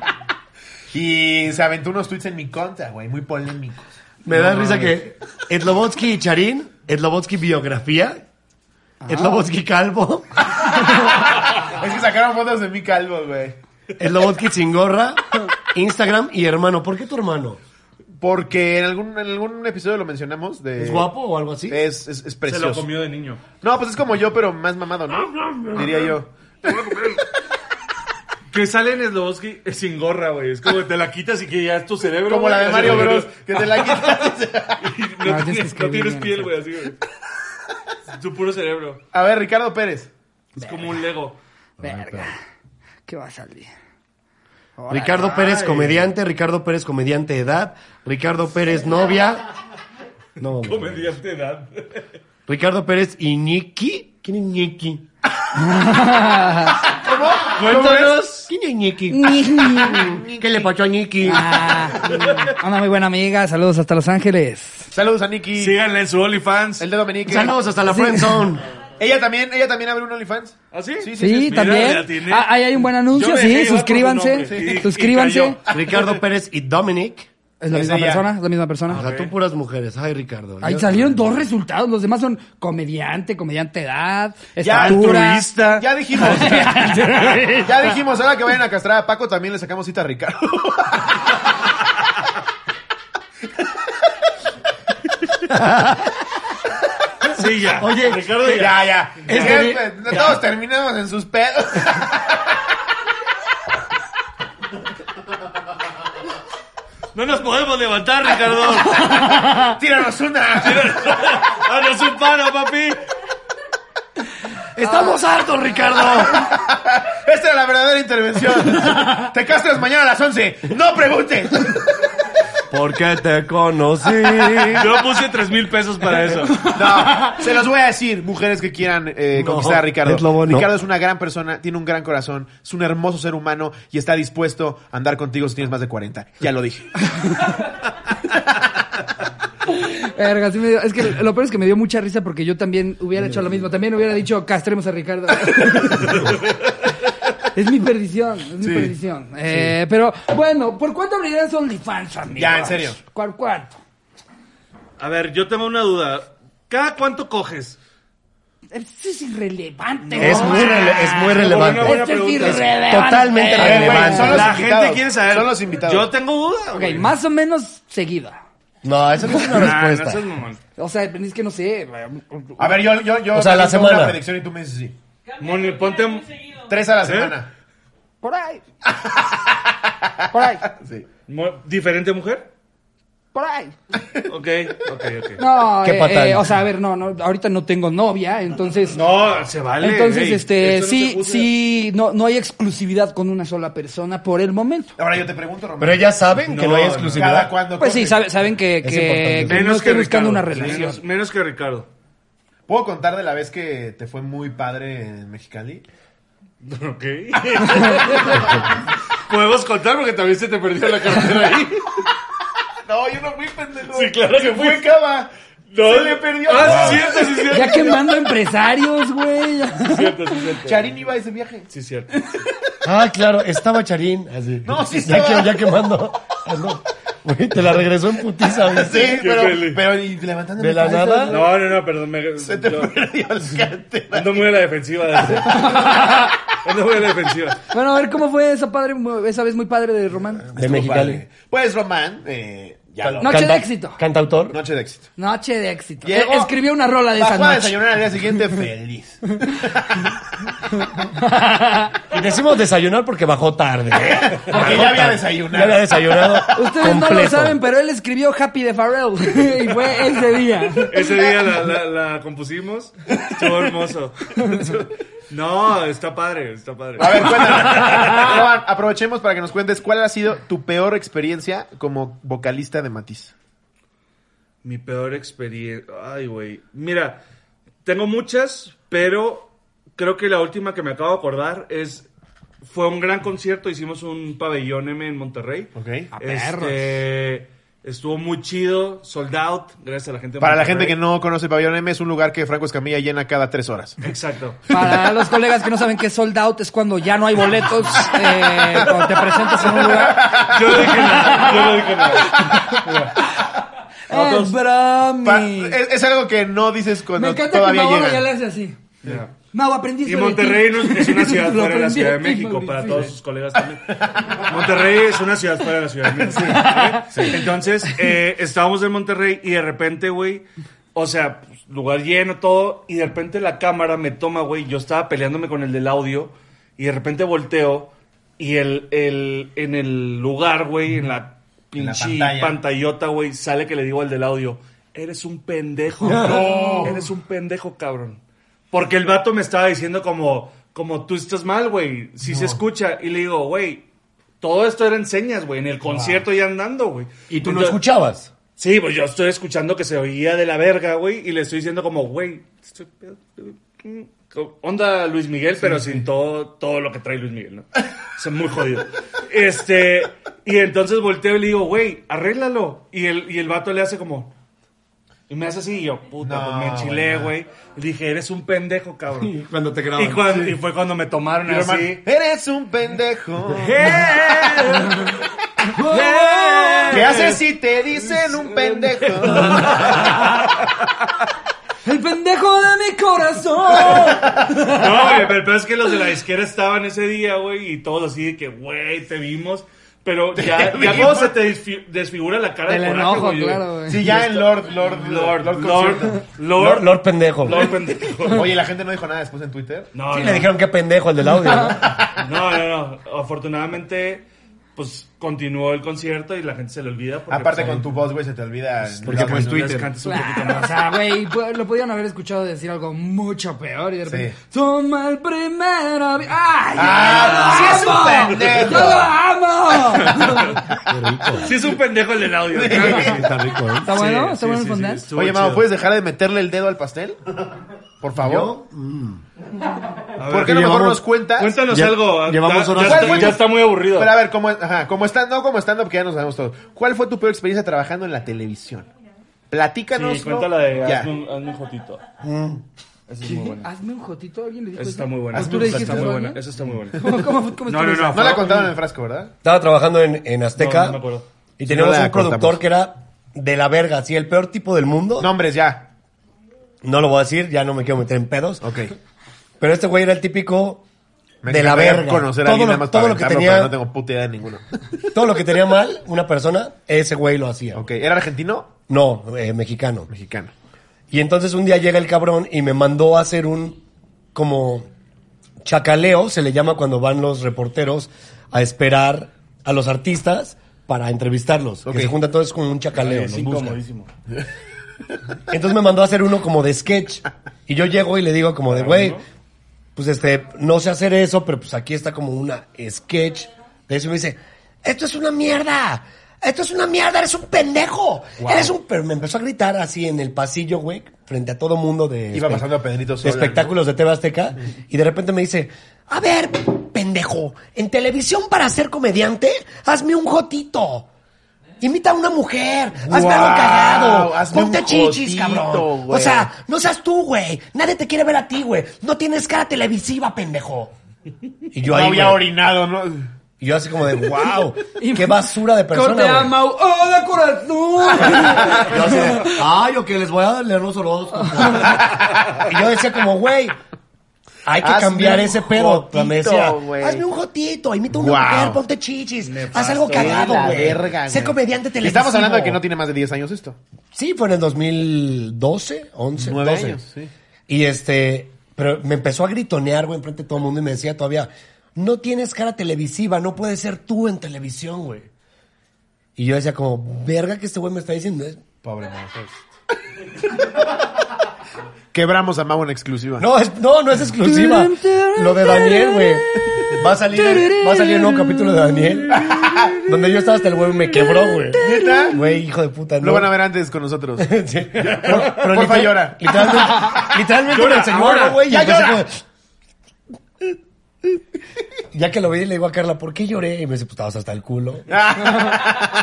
Speaker 1: y se aventó unos tweets en mi contra, güey, muy polémicos.
Speaker 4: Me da risa que Slobotsky y Charín, Slobotsky biografía, Slobotsky calvo,
Speaker 1: Es que sacaron fotos de mi calvo, güey.
Speaker 4: Slobotsky sin gorra, Instagram y hermano. ¿Por qué tu hermano?
Speaker 1: Porque en algún, en algún episodio lo mencionamos de...
Speaker 4: ¿Es guapo o algo así?
Speaker 1: Es, es, es
Speaker 3: Se
Speaker 1: precioso.
Speaker 3: lo comió de niño.
Speaker 1: No, pues es como yo, pero más mamado, ¿no? Diría yo.
Speaker 3: Que sale en Slobodsky sin gorra, güey. Es como que te la quitas y que ya es tu cerebro.
Speaker 1: Como
Speaker 3: güey.
Speaker 1: la de
Speaker 3: Así,
Speaker 1: Mario
Speaker 3: güey,
Speaker 1: Bros. Que te la quitas.
Speaker 3: y
Speaker 2: No, tienes que
Speaker 3: No, tienes, no
Speaker 2: escribir bien,
Speaker 3: tienes piel,
Speaker 2: sí.
Speaker 3: güey, así, güey. Es tu puro cerebro.
Speaker 1: A ver, Ricardo Pérez.
Speaker 3: Es como un Lego.
Speaker 2: Verga. ¿Qué va a salir? Órale.
Speaker 4: Ricardo Pérez comediante, Ricardo Pérez comediante edad, Ricardo Pérez novia. No, güey.
Speaker 3: Comediante de edad.
Speaker 4: Ricardo Pérez Iñiki. ¿Quién es Iñiki?
Speaker 3: Cuéntanos.
Speaker 4: ¿Quién es Iñiki?
Speaker 2: Ah,
Speaker 4: ¿Qué le pasó a Iñiki?
Speaker 2: una muy buena amiga, saludos hasta Los Ángeles.
Speaker 1: Saludos a Nicky.
Speaker 3: Síganle en su OnlyFans.
Speaker 1: El de Dominique.
Speaker 4: Saludos hasta la friendzone.
Speaker 1: Ella también, ella también abre un OnlyFans.
Speaker 3: ¿Ah, sí?
Speaker 1: Sí, sí,
Speaker 2: Sí,
Speaker 3: Mira, le
Speaker 2: también.
Speaker 3: atiné.
Speaker 2: Ah, ahí hay un buen
Speaker 3: Yo
Speaker 2: anuncio,
Speaker 3: me
Speaker 2: sí,
Speaker 3: dejé llevar por tu
Speaker 2: suscríbanse,
Speaker 3: nombre. Y- y
Speaker 2: suscríbanse.
Speaker 3: cayó.
Speaker 4: Ricardo Pérez y Dominic.
Speaker 2: Es la
Speaker 1: Es
Speaker 2: misma
Speaker 1: ella.
Speaker 2: persona, es la misma persona.
Speaker 4: O sea, tú puras mujeres. Ay, Ricardo.
Speaker 2: Ahí
Speaker 4: Yo-
Speaker 2: salieron dos resultados, los demás son comediante, comediante de edad,
Speaker 1: Ya,
Speaker 2: estatura.
Speaker 3: altruista.
Speaker 1: Ya dijimos. ya dijimos, ahora que vayan a castrar a Paco también le sacamos cita a Ricardo.
Speaker 3: Sí, ya.
Speaker 4: Oye,
Speaker 3: Ricardo, ya.
Speaker 1: ya, ya.
Speaker 4: Es
Speaker 1: Ya,
Speaker 4: que-
Speaker 1: pues, Todos terminamos en sus pedos.
Speaker 3: No nos podemos levantar, Ricardo.
Speaker 1: Tíranos una.
Speaker 3: Haznos Ah, un paro, papi.
Speaker 4: Estamos hartos, Ricardo.
Speaker 1: Esta es la verdadera intervención. Te castras mañana a las 11. No preguntes.
Speaker 4: Porque te conocí.
Speaker 3: Yo puse tres mil pesos para eso.
Speaker 1: No, se los voy a decir, mujeres que quieran eh,
Speaker 4: No,
Speaker 1: conquistar a Ricardo.
Speaker 4: es lo bueno.
Speaker 1: Ricardo es una gran persona, tiene un gran corazón, es un hermoso ser humano y está dispuesto a andar contigo si tienes más de 40. Ya lo dije.
Speaker 2: Verga, sí me dio- es que lo peor es que me dio mucha risa porque yo también hubiera hecho lo mismo. También hubiera dicho, castremos a Ricardo. es mi perdición, es mi perdición. Eh, Pero bueno, ¿por cuánto abrirías OnlyFans, amigo?
Speaker 1: Ya, en serio.
Speaker 2: ¿Cuál cuánto?
Speaker 3: A ver, yo tengo una duda. ¿Cada cuánto coges?
Speaker 2: Eso es irrelevante.
Speaker 4: Es
Speaker 2: ¿no?
Speaker 4: muy, rele- es muy relevante.
Speaker 3: Una buena
Speaker 2: Esto es
Speaker 3: pregunta. Es
Speaker 2: irrelevante.
Speaker 4: totalmente
Speaker 1: A ver, güey,
Speaker 4: Relevante.
Speaker 1: son los
Speaker 3: la
Speaker 1: invitados.
Speaker 3: gente quiere saber.
Speaker 1: Son los invitados.
Speaker 3: Yo tengo duda.
Speaker 2: Ok,
Speaker 3: güey.
Speaker 2: más o menos seguida.
Speaker 4: No, eso no es una
Speaker 3: Nah, Ah, no
Speaker 4: respuesta.
Speaker 3: seas mamón.
Speaker 2: O sea, es que no sé.
Speaker 1: A ver, yo, yo, yo
Speaker 4: O sea, la
Speaker 1: tengo
Speaker 4: semana.
Speaker 1: una predicción y tú me dices sí.
Speaker 3: Moni, ponte.
Speaker 1: Tres a la semana.
Speaker 2: Por ahí. Por ahí.
Speaker 1: Sí.
Speaker 3: mo- ¿Diferente mujer?
Speaker 2: Por ahí.
Speaker 3: Ok, ok, ok.
Speaker 2: No,
Speaker 4: Qué
Speaker 2: eh,
Speaker 4: patán.
Speaker 2: eh, o sea, a ver, no, no, ahorita no tengo novia, entonces.
Speaker 3: No, se vale.
Speaker 2: Entonces,
Speaker 3: ey.
Speaker 2: este,
Speaker 3: Esto no se
Speaker 2: sí,
Speaker 3: juzga.
Speaker 2: sí, no, no hay exclusividad con una sola persona por el momento.
Speaker 1: Ahora yo te pregunto, Romero.
Speaker 4: Pero ellas saben que no
Speaker 3: No,
Speaker 4: hay
Speaker 3: no.
Speaker 1: ¿Cada
Speaker 4: exclusividad.
Speaker 1: cuándo
Speaker 2: Pues sí,
Speaker 1: coges?
Speaker 2: sabe- saben que,
Speaker 4: Es
Speaker 2: que,
Speaker 4: importante.
Speaker 2: que no
Speaker 3: Menos que
Speaker 2: estoy buscando
Speaker 3: Ricardo.
Speaker 2: una
Speaker 3: Menos,
Speaker 2: relación.
Speaker 3: menos que Ricardo.
Speaker 1: ¿Puedo contar de la vez que te fue muy padre en Mexicali?
Speaker 3: Ok. Podemos contar porque también se te perdió la cartera ahí.
Speaker 1: No, yo no fui pendejo.
Speaker 3: Sí, claro que
Speaker 1: Se
Speaker 3: fui.
Speaker 1: fue Cava. No, se le perdió.
Speaker 3: Ah, sí, cierto, sí, cierto.
Speaker 2: Ya quemando empresarios, güey.
Speaker 3: Cierto, sí, cierto.
Speaker 1: Charín iba a ese viaje.
Speaker 3: Sí, cierto.
Speaker 4: Ah, claro, estaba Charín. Así.
Speaker 1: No, sí
Speaker 4: ya,
Speaker 1: estaba.
Speaker 4: que, ya quemando. Ah, no. Güey, te la regresó en putiza. ¿viste?
Speaker 1: Sí,
Speaker 3: Qué
Speaker 1: pero,
Speaker 3: feliz.
Speaker 1: pero y levantando
Speaker 4: De la
Speaker 1: falsas,
Speaker 4: nada.
Speaker 1: güey.
Speaker 3: No, no, no, perdón. Me,
Speaker 1: Se te
Speaker 3: yo-
Speaker 1: perdió el cartera.
Speaker 3: ando muy a la defensiva. de eso. Ando muy a la defensiva.
Speaker 2: Bueno, a ver cómo fue esa padre, esa vez muy padre de Román.
Speaker 4: De Mexicali.
Speaker 1: Pues Román, eh, ya lo.
Speaker 2: Noche de éxito.
Speaker 4: Cantautor.
Speaker 1: Noche de éxito.
Speaker 2: Noche de éxito.
Speaker 1: Llegó-
Speaker 2: Eh, Escribió una rola de esa
Speaker 1: Bajó a
Speaker 2: noche.
Speaker 1: desayunar al día siguiente feliz.
Speaker 4: Y decimos desayunar porque bajó tarde.
Speaker 1: Porque ya había
Speaker 4: Ya había
Speaker 1: desayunado.
Speaker 4: desayunado.
Speaker 2: Ustedes no lo
Speaker 4: completo.
Speaker 2: saben, pero él escribió Happy de Pharrell. y fue ese día.
Speaker 3: Ese día la, la- la compusimos. Estuvo hermoso. No, está padre, está padre.
Speaker 1: A ver, cuéntanos. Román, aprovechemos para que nos cuentes cuál ha sido tu peor experiencia como vocalista de Matiz.
Speaker 3: Mi peor experiencia. Ay, güey. Mira, tengo muchas, pero creo que la última que me acabo de acordar es. Fue un gran concierto, hicimos un pabellón M en Monterrey.
Speaker 1: Ok.
Speaker 2: Ah, perros.
Speaker 3: Este, estuvo muy chido, sold out, gracias a la gente. de
Speaker 1: Para la
Speaker 3: Monterrey.
Speaker 1: gente que no conoce Pabellón M, es un lugar que Franco Escamilla llena cada tres horas.
Speaker 3: Exacto.
Speaker 2: Para los colegas que no saben que sold out es cuando ya no hay boletos, eh, cuando te presentas en un lugar.
Speaker 3: Yo no dije nada, yo no dije nada. Mira,
Speaker 2: Es
Speaker 3: Nosotros-
Speaker 2: brami.
Speaker 1: Pa- es, es algo que no dices
Speaker 2: Me
Speaker 1: cuando
Speaker 2: encanta que
Speaker 1: todavía
Speaker 2: Mau ya
Speaker 1: llegan.
Speaker 2: le hace así.
Speaker 3: mira.
Speaker 2: Mau, aprendí
Speaker 3: Y
Speaker 2: eso de
Speaker 3: Monterrey
Speaker 2: ti.
Speaker 3: no es- es una ciudad
Speaker 2: Lo
Speaker 3: fuera de la
Speaker 2: aprendí
Speaker 3: Ciudad de
Speaker 2: ti,
Speaker 3: México,
Speaker 2: Mauricio.
Speaker 3: para todos sus colegas también. Monterrey es una ciudad fuera de la Ciudad de México. ¿eh? Entonces, eh, estábamos en Monterrey y de repente, güey, o sea, pues, lugar lleno, todo, y de repente la cámara me toma, güey, yo estaba peleándome con el del audio, y de repente volteo, y el, el, en el lugar, güey, en la
Speaker 1: En la
Speaker 3: pinche
Speaker 1: pantalla.
Speaker 3: pantallota, güey, sale que le digo al del audio, eres un pendejo, eres un pendejo, cabrón. Porque el vato me estaba diciendo como, como tú estás mal, güey. Si se escucha. Y le digo, güey, todo esto era en señas, güey. En el concierto y andando, güey.
Speaker 4: Y tú no
Speaker 3: Entonces-
Speaker 4: escuchabas.
Speaker 3: Sí, pues yo estoy escuchando que se oía de la verga, güey. Y le estoy diciendo como, güey, estoy pedo, estoy- onda Luis Miguel, pero sin todo, todo lo que trae Luis Miguel, ¿no? O sea, muy jodido. Este, y entonces volteo y le digo, güey, arréglalo. Y el, y el vato le hace como... Y me hace así y yo, puta,
Speaker 1: No,
Speaker 3: pues me enchilé, güey. Y dije, eres un pendejo,
Speaker 4: Y
Speaker 3: cabrón.
Speaker 4: cuando te graban.
Speaker 3: Y, cuan- y fue cuando me tomaron
Speaker 1: Y Román,
Speaker 3: así.
Speaker 1: Eres un pendejo.
Speaker 3: ¡Eh!
Speaker 1: ¿Qué haces si te dicen un pendejo?
Speaker 2: ¡El pendejo de mi corazón!
Speaker 3: No, güey, pero el peor es que los de la izquierda estaban ese día, güey, y todos así de que, güey, te vimos. Pero ya, ya
Speaker 1: vimos.
Speaker 3: cuando se te desfi- desfigura la cara
Speaker 2: El
Speaker 3: de coraje,
Speaker 2: enojo,
Speaker 3: güey, yo-
Speaker 2: claro, güey.
Speaker 1: Sí, ya en Lord, Lord,
Speaker 3: Lord,
Speaker 1: Lord,
Speaker 3: Lord,
Speaker 1: Concierto.
Speaker 3: Lord,
Speaker 4: Lord,
Speaker 3: Lord,
Speaker 4: Lord pendejo.
Speaker 3: pendejo.
Speaker 1: Oye, la gente no dijo nada después en Twitter.
Speaker 3: No,
Speaker 4: Sí,
Speaker 3: no,
Speaker 4: le dijeron que pendejo el del audio. ¿no?
Speaker 3: no, no, no. Afortunadamente, pues continuó el concierto y la gente se le olvida. porque,
Speaker 1: Aparte
Speaker 3: pues,
Speaker 1: con tu voz, güey, se te olvida.
Speaker 4: porque, pues,
Speaker 3: no
Speaker 4: Twitter.
Speaker 3: les cantes un poquito
Speaker 2: Claro,
Speaker 3: más. Ah,
Speaker 2: o sea, güey, pu- lo podían haber escuchado decir algo mucho peor y de repente.
Speaker 1: Sí.
Speaker 2: Toma el primer avi- ¡Ay!
Speaker 1: Ah,
Speaker 2: ¡Yo
Speaker 1: sí
Speaker 2: lo
Speaker 1: es un
Speaker 2: amo!
Speaker 1: pendejo.
Speaker 2: ¡Yo lo amo!
Speaker 4: Qué rico.
Speaker 3: Sí, es un pendejo el del audio. claro que sí.
Speaker 4: Sí, está rico, ¿eh?
Speaker 2: ¿Está bueno? ¿Está
Speaker 3: Sí,
Speaker 2: bueno
Speaker 3: sí,
Speaker 2: el
Speaker 3: sí,
Speaker 2: fondant?
Speaker 3: estuvo
Speaker 1: Oye,
Speaker 3: chido.
Speaker 1: Mau, pues, ¿puedes dejar de meterle el dedo al pastel? Por favor.
Speaker 4: Yo, mm,
Speaker 3: A
Speaker 1: ¿Por
Speaker 3: ver,
Speaker 1: qué no mejor
Speaker 4: llevamos-
Speaker 1: nos cuentas?
Speaker 3: Cuéntanos
Speaker 4: Ya-
Speaker 3: algo. ah,
Speaker 4: llevamos
Speaker 3: Ya-
Speaker 4: horas
Speaker 1: ¿Cuál
Speaker 3: ya está-
Speaker 1: fue tu-
Speaker 3: ya está muy aburrido.
Speaker 1: Pero a ver, ¿cómo, ajá, ¿cómo estás? No, ¿cómo estás? Porque ya nos sabemos todos. ¿Cuál fue tu peor experiencia trabajando en la televisión? Platícanos.
Speaker 3: Sí, cuéntala de
Speaker 1: Ya.
Speaker 3: hazme un, hazme un jotito. Esa es muy
Speaker 5: Ah,
Speaker 3: buena.
Speaker 2: Hazme un jotito, alguien le dijo.
Speaker 3: Esa está
Speaker 5: pues,
Speaker 2: eso?
Speaker 3: muy buena.
Speaker 2: ¿Ah, ¿Tú le
Speaker 3: Esa
Speaker 2: dijiste
Speaker 3: está
Speaker 2: eso
Speaker 3: muy
Speaker 2: a
Speaker 3: buena.
Speaker 2: alguien?
Speaker 3: Esa está muy buena.
Speaker 2: ¿Cómo, cómo, cómo
Speaker 3: No,
Speaker 2: estuvo
Speaker 3: no,
Speaker 2: eso?
Speaker 3: no.
Speaker 1: No la contaron en el frasco, ¿verdad?
Speaker 4: estaba trabajando en, en
Speaker 3: No,
Speaker 4: Azteca
Speaker 3: no me acuerdo.
Speaker 4: y teníamos
Speaker 1: no la
Speaker 4: un productor
Speaker 1: cortamos.
Speaker 4: que era de la verga, así el peor tipo del mundo. No.
Speaker 1: Nombres ya.
Speaker 4: lo voy a decir, ya no me quiero meter en pedos.
Speaker 1: Ok.
Speaker 4: Pero este güey era el típico
Speaker 1: Me
Speaker 4: de la
Speaker 1: encantaría
Speaker 4: verga.
Speaker 1: conocer a
Speaker 4: todo
Speaker 1: alguien
Speaker 4: lo,
Speaker 1: nada más
Speaker 4: todo
Speaker 1: para
Speaker 4: lo que
Speaker 1: aventarlo,
Speaker 4: tenía,
Speaker 1: pero no tengo puta idea de ninguno.
Speaker 4: todo lo que tenía mal una persona, ese güey lo hacía.
Speaker 1: Ok. ¿Era argentino?
Speaker 4: No, eh, mexicano.
Speaker 1: Mexicano.
Speaker 4: Y entonces un día llega el cabrón y me mandó a hacer un como chacaleo, se le llama cuando van los reporteros a esperar a los artistas para entrevistarlos.
Speaker 1: Ok.
Speaker 4: Que se junta entonces como un chacaleo.
Speaker 3: Es
Speaker 4: los busca.
Speaker 3: incomodísimo.
Speaker 4: Entonces me mandó a hacer uno como de sketch. Y yo llego y le digo como de,
Speaker 1: Ah,
Speaker 4: güey, pues este, no sé hacer eso, pero pues aquí está como una sketch. De eso y me dice, esto es una mierda. Esto es una mierda, eres un pendejo. Eres un per-". Me empezó a gritar así en el pasillo, güey, frente a todo mundo de, este,
Speaker 1: Iba
Speaker 4: espe-
Speaker 1: pasando a Pedrito
Speaker 4: de
Speaker 1: Sola,
Speaker 4: espectáculos de TV Azteca. Y de repente me dice, a ver, pendejo, en televisión para ser comediante, hazme un jotito. Imita a una mujer, hazme algo
Speaker 1: Guau,
Speaker 4: cagado,
Speaker 1: hazme un
Speaker 4: ponte chichis,
Speaker 1: jotito,
Speaker 4: cabrón. O
Speaker 1: güey.
Speaker 4: sea, no seas tú, güey. Nadie te quiere ver a ti, güey. No tienes cara televisiva, pendejo. Y yo
Speaker 1: No
Speaker 4: ahí,
Speaker 1: había
Speaker 4: güey,
Speaker 1: orinado, ¿no?
Speaker 4: y yo así como de, wow, qué basura de persona,
Speaker 2: Corte a
Speaker 4: güey.
Speaker 2: Mau. ¡Hola, oh, corazón!
Speaker 4: Yo así de, ay, ok, les voy a leer los horóscopos. y yo decía como, güey, hay que
Speaker 1: Hazme
Speaker 4: cambiar
Speaker 1: un
Speaker 4: ese pedo. Pero me
Speaker 1: jotito,
Speaker 4: decía,
Speaker 1: güey.
Speaker 4: hazme un jotito, imita a una
Speaker 1: Guau.
Speaker 4: mujer, ponte chichis, haz algo
Speaker 1: Qué
Speaker 4: cagado,
Speaker 1: la
Speaker 4: güey.
Speaker 1: verga,
Speaker 4: Sé
Speaker 1: güey.
Speaker 4: comediante
Speaker 1: Y
Speaker 4: televisivo.
Speaker 1: Estamos hablando de que no tiene más de 10 años esto.
Speaker 4: Sí, fue en el 2012, 11,
Speaker 1: Nueve
Speaker 4: 12.
Speaker 1: años, sí.
Speaker 4: Y este, pero me empezó a gritonear, güey, enfrente de todo el mundo y me decía todavía, no tienes cara televisiva, no puedes ser tú en televisión, güey. Y yo decía como, verga que este güey me está diciendo. eh".
Speaker 1: Pobre Mau. Quebramos a Mau en exclusiva.
Speaker 4: No, es- no, no es exclusiva. Lo de Daniel, güey. Va a salir, va a salir un nuevo capítulo de Daniel. Donde yo estaba hasta el güey me quebró, güey.
Speaker 1: ¿Neta?
Speaker 4: Güey, hijo de puta, no.
Speaker 1: Lo van a ver antes con nosotros.
Speaker 4: Sí. Pero- pero
Speaker 1: Porfa,
Speaker 4: literal-
Speaker 1: llora.
Speaker 4: Literalmente, literalmente
Speaker 3: Llora,
Speaker 4: me enseñó
Speaker 3: ahora.
Speaker 4: algo, güey. y
Speaker 1: Ya
Speaker 4: empecé
Speaker 1: llora.
Speaker 4: como- Ya que lo vi, le digo a Carla, ¿por qué lloré? Y me dice, pues estabas hasta el culo.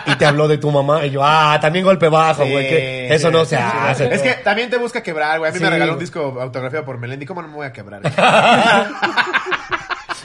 Speaker 4: y te habló de tu mamá. Y yo, ah, también golpe bajo, güey. que eso no se hace.
Speaker 1: Es que también te busca quebrar, güey. A mí
Speaker 4: Sí,
Speaker 1: me regaló un
Speaker 4: güey.
Speaker 1: disco autografiado por Melendi. ¿Cómo no me voy a quebrar? güey?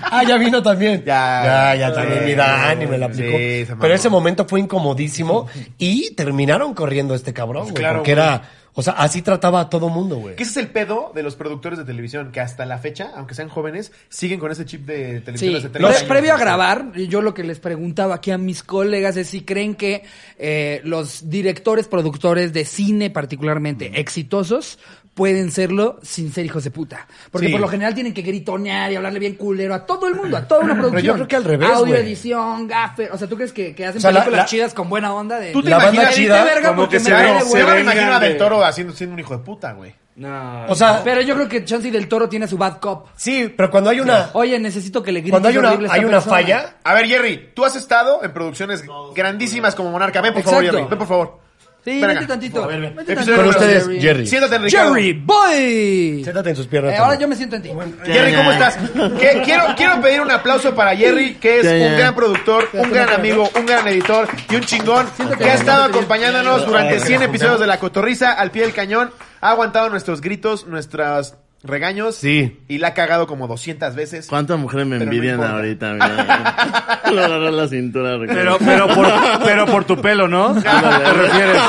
Speaker 4: Ah, ya vino también.
Speaker 1: Ya.
Speaker 4: ya, ya también.
Speaker 1: Sí,
Speaker 4: mi Dani me la aplicó.
Speaker 1: sí, se mamó.
Speaker 4: Pero ese momento fue incomodísimo y terminaron corriendo a este cabrón, güey.
Speaker 1: claro,
Speaker 4: porque
Speaker 1: güey.
Speaker 4: era, o sea, así trataba a todo mundo, güey.
Speaker 1: Que ese es el pedo de los productores de televisión, que hasta la fecha, aunque sean jóvenes, siguen con ese chip de televisión
Speaker 2: Sí,
Speaker 1: desde
Speaker 2: pre-
Speaker 1: 30 años.
Speaker 2: previo a grabar, yo lo que les preguntaba aquí a mis colegas es si creen que eh, los directores, productores de cine particularmente exitosos pueden serlo sin ser hijos de puta. Porque
Speaker 1: Sí.
Speaker 2: por lo general tienen que gritonear y hablarle bien culero a todo el mundo, a toda una producción.
Speaker 4: creo que al revés,
Speaker 2: Audio,
Speaker 4: güey.
Speaker 2: edición, gaffer. O sea, ¿tú crees que, que hacen
Speaker 4: O sea, la-
Speaker 2: películas
Speaker 4: la-
Speaker 2: chidas con buena onda de...
Speaker 1: ¿Tú te
Speaker 4: La banda
Speaker 1: imaginas?
Speaker 4: chida,
Speaker 2: verga
Speaker 3: como
Speaker 2: porque me
Speaker 3: que se
Speaker 2: vale,
Speaker 1: Claro,
Speaker 3: se
Speaker 2: güey.
Speaker 1: yo no me
Speaker 3: vengan
Speaker 1: imagino a
Speaker 3: de-
Speaker 1: Del Toro haciendo, siendo un hijo de puta, güey.
Speaker 3: No.
Speaker 4: O sea,
Speaker 2: Pero yo creo que Chansey del Toro tiene su bad cop.
Speaker 4: sí, pero cuando hay una,
Speaker 2: Oye, necesito que le grites
Speaker 4: cuando hay una,
Speaker 2: horrible a esta
Speaker 4: hay una
Speaker 2: persona.
Speaker 4: falla,
Speaker 1: A ver, Jerry, tú has estado en producciones grandísimas como Monarca. Ven, por favor,
Speaker 2: Exacto.
Speaker 1: Jerry. Ven, por favor.
Speaker 2: Sí,
Speaker 1: Venga.
Speaker 2: vete tantito.
Speaker 1: Por favor,
Speaker 2: Vete
Speaker 1: episodio
Speaker 2: tantito.
Speaker 1: número
Speaker 6: Con ustedes,
Speaker 1: Jerry.
Speaker 6: Jerry.
Speaker 1: Siéntate, Ricardo.
Speaker 2: Jerry Boy.
Speaker 6: Siéntate en sus piernas.
Speaker 2: Eh, ahora yo me siento en ti.
Speaker 1: Jerry, ¿cómo estás? Que- quiero, quiero pedir un aplauso para Jerry, que es
Speaker 6: Ya, ya.
Speaker 1: un gran productor, un gran amigo, un gran editor y un chingón que ha estado acompañándonos durante 100 episodios de La Cotorriza al pie del cañón. Ha aguantado nuestros gritos, nuestros regaños.
Speaker 6: Sí.
Speaker 1: Y la ha cagado como 200 veces.
Speaker 6: ¿Cuántas mujeres me
Speaker 1: Pero no
Speaker 6: envidian
Speaker 1: importa.
Speaker 6: ahorita? Mira. Le voy a agarrar la cintura. Ricardo.
Speaker 3: Pero, pero, por, pero por tu pelo, ¿no? ¿Te refieres?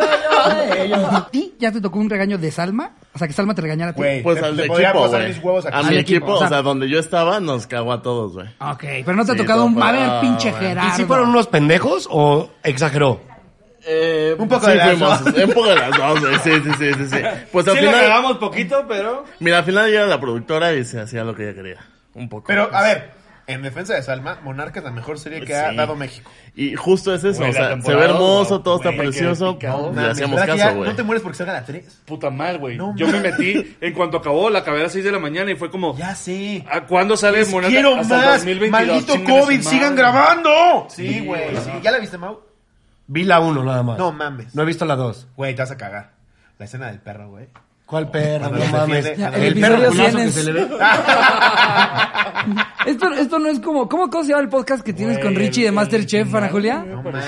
Speaker 2: ¿A ti ya te tocó un regaño de Salma? O sea, que Salma te regañara a ti.
Speaker 1: Güey,
Speaker 6: Pues
Speaker 1: te-
Speaker 6: al
Speaker 1: te
Speaker 6: de
Speaker 1: podría
Speaker 6: equipo,
Speaker 1: pasar
Speaker 6: güey.
Speaker 1: mis huevos aquí.
Speaker 6: A mi
Speaker 2: Al
Speaker 6: equipo,
Speaker 2: equipo,
Speaker 6: o
Speaker 2: o sea.
Speaker 6: sea, donde yo estaba, nos cagó a todos, güey.
Speaker 2: Ok, pero no te ha
Speaker 6: Sí,
Speaker 2: tocado un...
Speaker 6: todo
Speaker 2: A
Speaker 6: fue-
Speaker 2: ver, pinche
Speaker 6: ah, bueno.
Speaker 2: Gerardo.
Speaker 4: ¿Y si fueron unos pendejos o exageró?
Speaker 6: Eh,
Speaker 1: Un poco
Speaker 6: sí
Speaker 1: de las
Speaker 6: fuimos,
Speaker 1: dos.
Speaker 6: Un poco de las dos, güey. Sí, sí, sí, sí, sí. Pues al
Speaker 3: Sí, le
Speaker 6: final,
Speaker 3: cagamos poquito, pero.
Speaker 6: mira, al final yo era la productora y se hacía lo que ella quería. Un poco.
Speaker 1: Pero, a ver, en defensa de Salma, Monarca es la mejor serie que ha
Speaker 6: Sí.
Speaker 1: dado México.
Speaker 6: Y justo es eso,
Speaker 5: Güey,
Speaker 6: o
Speaker 5: la
Speaker 6: sea, se
Speaker 5: temporada,
Speaker 6: ve hermoso,
Speaker 5: wow,
Speaker 6: todo está
Speaker 5: güey, que
Speaker 6: precioso.
Speaker 5: picado.
Speaker 6: Le
Speaker 1: mames,
Speaker 6: hacíamos
Speaker 1: ¿verdad que ya
Speaker 6: caso, güey.
Speaker 1: No te mueres porque salga a las 3.
Speaker 5: Puta mal, güey.
Speaker 1: No
Speaker 5: Yo me
Speaker 1: mames.
Speaker 5: metí en cuanto acabó, la acabé a las 6 de la mañana y fue como.
Speaker 1: Ya
Speaker 6: Ah,
Speaker 1: sé.
Speaker 5: ¿A cuándo sale Monarca?
Speaker 1: Quiero
Speaker 5: Hasta
Speaker 1: más.
Speaker 5: 2022,
Speaker 1: Maldito
Speaker 5: chinguen
Speaker 1: COVID,
Speaker 5: a su
Speaker 1: sigan
Speaker 5: madre.
Speaker 1: grabando.
Speaker 5: Sí, güey.
Speaker 1: Sí, ¿Ya la viste, Mau?
Speaker 4: Vi la uno nada más.
Speaker 1: No mames.
Speaker 4: No he visto la dos.
Speaker 1: Güey, te vas a cagar. La escena del perro, güey.
Speaker 4: ¿Cuál perro?
Speaker 1: Cuando
Speaker 4: No
Speaker 1: se
Speaker 4: mames.
Speaker 1: defiende, cuando
Speaker 4: El
Speaker 2: se
Speaker 4: perro
Speaker 2: defiende.
Speaker 4: culazo que se le ve.
Speaker 2: Esto, esto no es como... ¿cómo, ¿Cómo se llama el podcast que tienes con Richie de Masterchef, Ana Julia?
Speaker 1: No mames.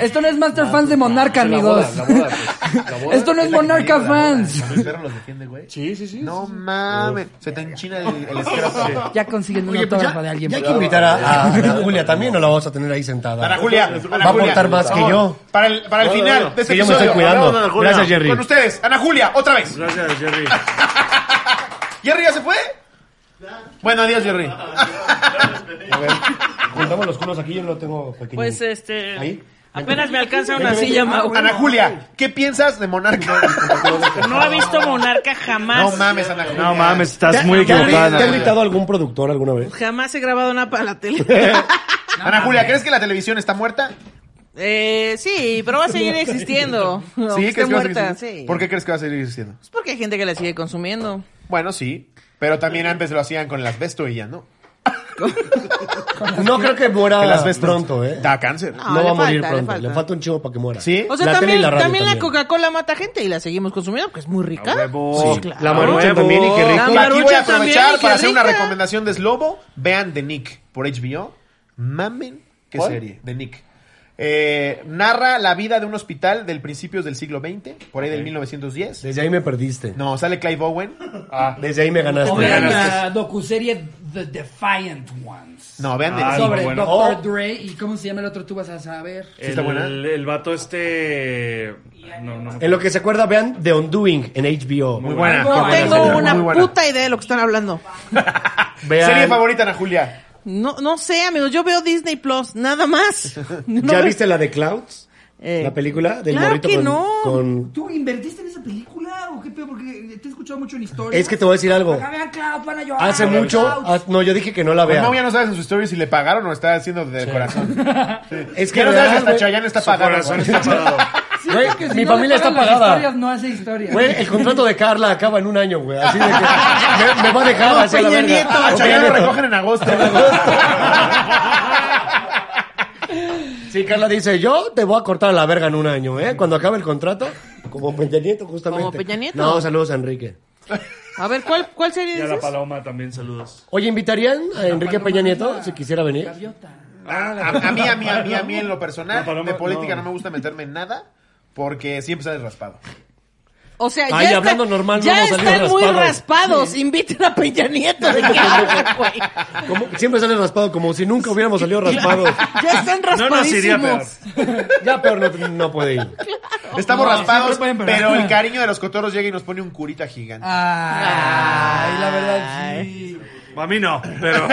Speaker 2: Esto no es Master Fans de
Speaker 3: Ah,
Speaker 2: Monarca,
Speaker 5: La
Speaker 2: amigos.
Speaker 5: boda, la boda, pues. La boda.
Speaker 2: Esto no es
Speaker 1: la que te
Speaker 2: Monarca
Speaker 1: digo, la boda,
Speaker 2: Fans.
Speaker 1: cuando El perro los defiende, güey.
Speaker 5: Sí, sí, sí.
Speaker 1: No mames. Se te enchina el, el escroto.
Speaker 2: Ya consiguen un
Speaker 4: Oye, pues
Speaker 2: autógrafo de
Speaker 4: ya,
Speaker 2: alguien.
Speaker 4: ya hay
Speaker 2: por
Speaker 4: que
Speaker 2: favor.
Speaker 4: invitar a, a Ana Julia también, no la vamos a tener ahí sentada.
Speaker 1: Ana Julia, Ana Julia.
Speaker 4: Va a aportar más que yo.
Speaker 1: Para el, para el
Speaker 6: No, no,
Speaker 1: final
Speaker 6: no.
Speaker 1: de este
Speaker 4: Que yo me
Speaker 1: episodio.
Speaker 4: estoy
Speaker 6: Vamos, Ana
Speaker 4: cuidando.
Speaker 6: Julia.
Speaker 4: Gracias, Jerry.
Speaker 1: Con ustedes, Ana Julia, otra vez.
Speaker 3: Gracias, Jerry.
Speaker 1: ¿Jerry ya se fue? Bueno, adiós, Jerry.
Speaker 4: A ver, juntamos los culos aquí, yo lo tengo pequeño.
Speaker 7: Pues este.
Speaker 4: Ahí.
Speaker 7: Apenas me alcanza una silla, Mau.
Speaker 1: Ana Julia, ¿qué piensas de Monarca?
Speaker 7: No ha visto Monarca jamás.
Speaker 1: No mames, Ana Julia.
Speaker 3: No mames, estás muy
Speaker 4: ¿Te
Speaker 3: equivocada.
Speaker 4: ha
Speaker 3: güey.
Speaker 4: invitado algún productor alguna vez?
Speaker 7: Jamás he grabado nada para la tele.
Speaker 1: Ana Julia, ¿crees que la televisión está muerta?
Speaker 7: Eh, sí, pero va a seguir existiendo. Aunque esté
Speaker 1: ¿crees que va a seguir
Speaker 7: muerta,
Speaker 1: existiendo?
Speaker 7: sí.
Speaker 1: ¿Por qué crees que va a seguir existiendo?
Speaker 7: Pues porque hay gente que la sigue consumiendo.
Speaker 1: Bueno, sí, pero también antes lo hacían con el asbesto y ya no.
Speaker 4: No creo que muera
Speaker 1: El asbesto
Speaker 4: Ah, pronto, ¿eh?
Speaker 1: Da cáncer.
Speaker 7: No,
Speaker 4: No,
Speaker 7: le
Speaker 4: va a morir
Speaker 7: falta, le
Speaker 4: pronto.
Speaker 7: falta.
Speaker 4: Le falta un chingo para que muera.
Speaker 1: ¿Sí?
Speaker 7: O sea,
Speaker 4: La tele
Speaker 7: también,
Speaker 4: y la
Speaker 7: también
Speaker 4: radio
Speaker 7: la,
Speaker 4: también.
Speaker 7: Coca-Cola mata gente y la seguimos consumiendo, que es muy rica.
Speaker 3: Sí.
Speaker 4: La marucha
Speaker 3: Huevo.
Speaker 4: también y qué rico.
Speaker 7: La
Speaker 1: Y aquí voy a
Speaker 7: Marucha también,
Speaker 1: aprovechar
Speaker 7: qué
Speaker 1: para hacer una
Speaker 7: rica.
Speaker 1: recomendación de Slobo. Vean The Nick por HBO. Mamen, qué serie, The Nick. Eh, narra la vida de un hospital del principios del siglo XX, por ahí del 1910.
Speaker 4: Desde ahí me perdiste.
Speaker 1: No, sale Clive Owen.
Speaker 4: Desde ahí me
Speaker 2: O
Speaker 4: ganaste.
Speaker 2: vean la docuserie The Defiant Ones.
Speaker 1: No, vean The
Speaker 3: Ah,
Speaker 1: Nick.
Speaker 2: Sobre
Speaker 3: bueno.
Speaker 2: Dr.
Speaker 4: Oh.
Speaker 2: Dre y cómo se llama el otro, tú vas a saber.
Speaker 3: El,
Speaker 1: está buena?
Speaker 3: el vato este. No, no.
Speaker 4: En lo que se acuerda, vean The Undoing en HBO.
Speaker 1: Muy buena.
Speaker 7: No
Speaker 1: Muy
Speaker 7: tengo
Speaker 1: buena,
Speaker 7: una
Speaker 1: muy buena.
Speaker 7: puta idea de lo que están hablando.
Speaker 4: Vean-
Speaker 1: Serie favorita, Ana Julia.
Speaker 7: No, no sé, amigos. Yo veo Disney Plus, nada más. No
Speaker 4: ¿Ya
Speaker 7: veo-
Speaker 4: viste la de Clouds?
Speaker 7: Eh,
Speaker 4: La película del
Speaker 7: claro
Speaker 4: morrito
Speaker 7: que
Speaker 4: con,
Speaker 7: no.
Speaker 4: con-
Speaker 2: ¿Tú invertiste en esa película o qué pedo? Porque te he escuchado mucho en historias.
Speaker 4: Es que te voy a decir algo.
Speaker 2: Acá vean Cloud, van a llorar.
Speaker 4: Hace
Speaker 2: vean
Speaker 4: mucho... ah,
Speaker 2: Cloud.
Speaker 4: ha- No, yo dije que no la
Speaker 1: Pues, Mau, ya
Speaker 4: vean.
Speaker 1: no sabes en su story si le pagaron o está haciendo de corazón.
Speaker 4: Es que
Speaker 1: Ya no
Speaker 4: vean,
Speaker 1: sabes si hasta
Speaker 4: güey.
Speaker 1: Chayanne está
Speaker 3: Su
Speaker 1: pagando.
Speaker 3: corazón
Speaker 1: güey.
Speaker 3: está parado.
Speaker 4: Güey,
Speaker 2: Siento que si
Speaker 4: mi
Speaker 2: no le
Speaker 4: familia está
Speaker 2: pagan las
Speaker 4: pagada.
Speaker 2: historias, no hace historia.
Speaker 4: Güey, el contrato de Carla acaba en un año, güey. Así de que me, me va a dejar hacia la
Speaker 7: Peña
Speaker 4: verga.
Speaker 7: Nieto.
Speaker 1: A
Speaker 4: O
Speaker 1: Chayanne lo
Speaker 4: Peña Nieto.
Speaker 1: recogen en agosto.
Speaker 4: Sí, Carla dice, yo te voy a cortar a la verga en un año, ¿eh? Cuando acabe el contrato, como Peña Nieto, justamente.
Speaker 7: Como Peña Nieto.
Speaker 4: No, saludos a Enrique.
Speaker 7: A ver, ¿cuál, cuál serie
Speaker 3: Y a
Speaker 7: dices?
Speaker 3: la paloma también, saludos.
Speaker 4: Oye, ¿invitarían a Enrique Peña Nieto si quisiera venir?
Speaker 1: A, a mí, a mí, a mí, a mí en lo personal,
Speaker 3: No, Paloma,
Speaker 1: de política no.
Speaker 3: no.
Speaker 1: me gusta meterme en nada porque siempre sale raspado.
Speaker 7: O sea,
Speaker 4: Ay,
Speaker 7: ya,
Speaker 4: hablando
Speaker 7: está-
Speaker 4: normal, no
Speaker 7: ya
Speaker 4: hemos
Speaker 7: están
Speaker 4: salido
Speaker 7: muy
Speaker 4: raspados.
Speaker 7: raspados. Inviten a Peña Nieto. ¿de qué hablan, güey?
Speaker 4: Como- siempre sale raspado, como si nunca hubiéramos salido raspados.
Speaker 7: Ya están
Speaker 3: No nos iría
Speaker 7: raspadísimos.
Speaker 3: peor.
Speaker 4: Ya, pero no, no puede ir.
Speaker 1: Estamos
Speaker 2: No,
Speaker 1: raspados,
Speaker 2: siempre pueden perder.
Speaker 1: pero el cariño de los cotorros llega y nos pone un curita gigante.
Speaker 2: Ay, la verdad, sí.
Speaker 3: A mí no, pero.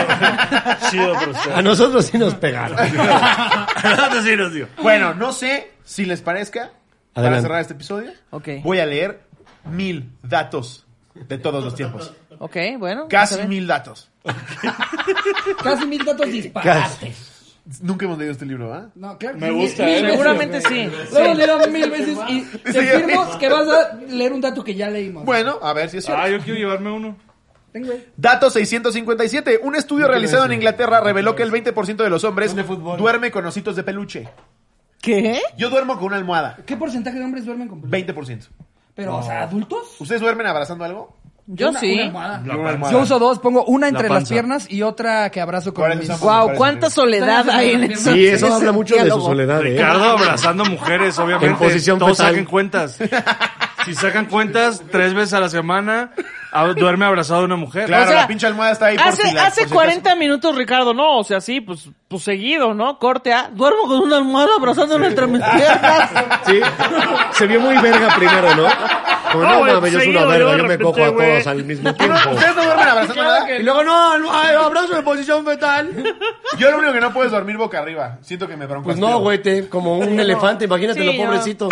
Speaker 3: Chido por usted.
Speaker 4: A nosotros sí nos pegaron.
Speaker 3: Antes sí nos digo.
Speaker 1: Bueno, no sé si les parezca, para
Speaker 4: Adelante.
Speaker 1: cerrar este episodio,
Speaker 7: Ok.
Speaker 1: voy a leer mil datos de todos los tiempos.
Speaker 7: Ok, bueno.
Speaker 1: Casi
Speaker 7: está bien.
Speaker 1: mil datos.
Speaker 2: Casi mil datos disparaste.
Speaker 1: Nunca hemos leído este libro, ¿ah?
Speaker 2: No, claro que
Speaker 3: Me
Speaker 2: sí,
Speaker 3: gusta,
Speaker 2: mil
Speaker 3: ¿eh?
Speaker 2: veces.
Speaker 7: Seguramente sí.
Speaker 2: Luego
Speaker 7: sí.
Speaker 2: le dan mil veces y te
Speaker 1: Sí.
Speaker 2: firmo que vas a leer un dato que ya leímos.
Speaker 1: Bueno, a ver si es cierto.
Speaker 3: Ah, yo quiero llevarme uno.
Speaker 2: Ten, güey.
Speaker 1: Dato 657. Un estudio realizado en Inglaterra reveló que el 20% de los hombres duerme con ositos de peluche.
Speaker 7: ¿Qué?
Speaker 1: Yo duermo con una almohada.
Speaker 2: ¿Qué porcentaje de hombres duermen con
Speaker 1: 20%.
Speaker 2: Pero, o sea, ¿adultos?
Speaker 1: ¿Ustedes duermen abrazando algo?
Speaker 7: Yo
Speaker 2: Una-
Speaker 7: sí.
Speaker 2: una almohada.
Speaker 3: La
Speaker 1: Una
Speaker 3: panza.
Speaker 2: Yo uso dos, pongo una
Speaker 3: La
Speaker 2: entre las
Speaker 3: panza.
Speaker 2: piernas y otra que abrazo con
Speaker 1: ¿Cuáles
Speaker 2: mis...
Speaker 1: usamos?
Speaker 7: Wow,
Speaker 1: Parece
Speaker 7: cuánta
Speaker 1: bien.
Speaker 7: soledad hay en
Speaker 2: Parece
Speaker 7: eso.
Speaker 2: bien.
Speaker 4: Sí, eso habla mucho de su soledad, ¿eh?
Speaker 3: Ricardo abrazando mujeres, obviamente.
Speaker 4: En posición
Speaker 3: Todos
Speaker 4: fetal.
Speaker 3: saquen cuentas. Si sacan cuentas, tres veces a la semana a- duerme abrazado de una mujer.
Speaker 1: Claro,
Speaker 7: O sea,
Speaker 1: la pinche almohada está ahí por
Speaker 7: Hace,
Speaker 1: si la-
Speaker 7: hace
Speaker 1: por si acaso.
Speaker 7: 40 minutos, Ricardo, no, o sea, sí, pues, pues seguido, ¿no? Corte A. Duermo con una almohada abrazándome entre mis piernas.
Speaker 4: Sí. Se vio muy verga primero, ¿no? Como,
Speaker 3: Ah,
Speaker 4: no,
Speaker 3: güey,
Speaker 4: mames, yo soy
Speaker 3: seguido,
Speaker 4: una verga,
Speaker 3: yo
Speaker 4: yo me
Speaker 3: repente,
Speaker 4: cojo a
Speaker 3: güey.
Speaker 4: todos al mismo
Speaker 1: ¿Tú no-
Speaker 4: tiempo.
Speaker 1: ¿Ustedes no duermen abrazando nada?
Speaker 4: Y luego, no, no, ay, abrazo de posición fetal.
Speaker 1: Yo lo único que no puedo es dormir boca arriba. Siento que me bronco.
Speaker 4: Pues no, güey, te- como un elefante, imagínate
Speaker 7: Sí,
Speaker 4: lo
Speaker 7: no.
Speaker 4: pobrecito.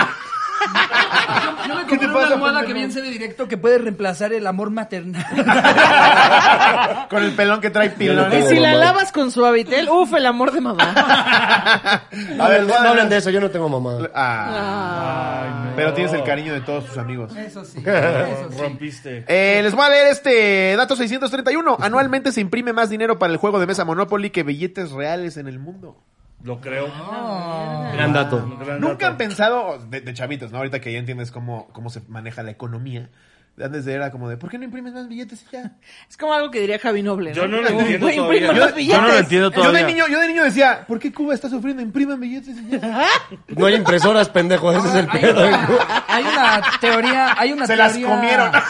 Speaker 2: Yo me
Speaker 1: te
Speaker 2: compré una
Speaker 1: pasa,
Speaker 2: almohada
Speaker 1: pendejo?
Speaker 2: que bien se ve directo que puede reemplazar el amor maternal.
Speaker 1: Con el pelón que trae
Speaker 4: Yo
Speaker 7: Y
Speaker 4: no
Speaker 1: pilones.
Speaker 7: si la
Speaker 4: mamá.
Speaker 7: lavas con su habitel, uf, el amor de mamá.
Speaker 1: A ver,
Speaker 4: no, no hablen de eso, yo no tengo mamá.
Speaker 1: Ah. Pero tienes el cariño de todos tus amigos.
Speaker 2: Eso sí, eso sí.
Speaker 8: Rompiste.
Speaker 1: Eh, les voy a leer este dato 631. Anualmente se imprime más dinero para el juego de mesa Monopoly que billetes reales en el mundo.
Speaker 3: Lo creo.
Speaker 4: Gran dato.
Speaker 3: Gran
Speaker 1: Nunca han
Speaker 3: dato.
Speaker 1: pensado, oh, de, de chavitos, ¿no? Ahorita que ya entiendes cómo, cómo se maneja la economía. Antes de era como de, ¿por qué no imprimes más billetes y ya?
Speaker 7: Es como algo que diría Javi Noble.
Speaker 3: Yo no lo
Speaker 7: Como,
Speaker 3: entiendo
Speaker 7: güey,
Speaker 3: todavía.
Speaker 7: impriman
Speaker 3: Yo-
Speaker 7: los
Speaker 3: yo no lo
Speaker 7: billetes.
Speaker 3: entiendo
Speaker 1: Yo de,
Speaker 3: todavía.
Speaker 1: niño, yo de niño decía, ¿por qué Cuba está sufriendo? Impriman billetes y ya.
Speaker 4: No hay impresoras, pendejo, ese es el
Speaker 2: Hay
Speaker 4: pedo.
Speaker 2: una, hay una teoría, hay una
Speaker 1: Se las
Speaker 2: teoría...
Speaker 1: comieron.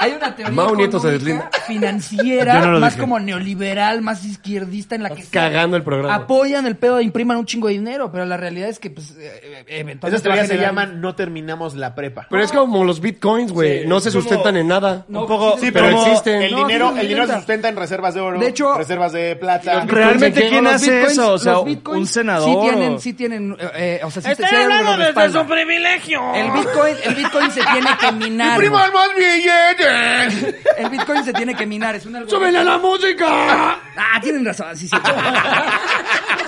Speaker 2: Hay una teoría
Speaker 4: Mao Nieto se
Speaker 2: económica,
Speaker 4: deslinda.
Speaker 2: financiera,
Speaker 3: Yo no lo
Speaker 2: más
Speaker 3: dije.
Speaker 2: como neoliberal, más izquierdista, en la que
Speaker 4: Cagando el programa.
Speaker 2: apoyan el pedo de impriman un chingo de dinero, pero la realidad es que pues, eh, eventualmente...
Speaker 1: Esas
Speaker 2: va a
Speaker 1: teorías se
Speaker 2: generar-
Speaker 1: llaman no terminamos la prepa.
Speaker 4: Pero es como los bitcoins, güey. no se sustentan en nada.
Speaker 2: No,
Speaker 3: Un poco-
Speaker 2: sí,
Speaker 4: pero
Speaker 3: como-
Speaker 4: existen.
Speaker 1: El
Speaker 2: No,
Speaker 1: dinero,
Speaker 2: sí, sí,
Speaker 1: el dinero
Speaker 2: sí.
Speaker 1: se sustenta en reservas de oro,
Speaker 2: De hecho-
Speaker 1: reservas de plata.
Speaker 3: Realmente,
Speaker 4: Entonces,
Speaker 3: ¿quién
Speaker 2: Los
Speaker 3: hace
Speaker 2: bitcoins-
Speaker 3: eso? O sea,
Speaker 2: los bitcoins
Speaker 3: un senador.
Speaker 2: Sí
Speaker 3: o-
Speaker 2: tienen, sí tienen, eh, eh, o sea, sí,
Speaker 7: Estoy
Speaker 2: sí hay algo
Speaker 7: hablando
Speaker 2: de
Speaker 7: desde
Speaker 2: respaldo.
Speaker 7: su privilegio.
Speaker 2: El Bitcoin, el Bitcoin se tiene que minar.
Speaker 1: ¡Impriman más billetes!
Speaker 2: El Bitcoin se tiene que minar, es un algoritmo.
Speaker 4: ¡Súbele a la música!
Speaker 2: Ah, tienen razón, sí, sí.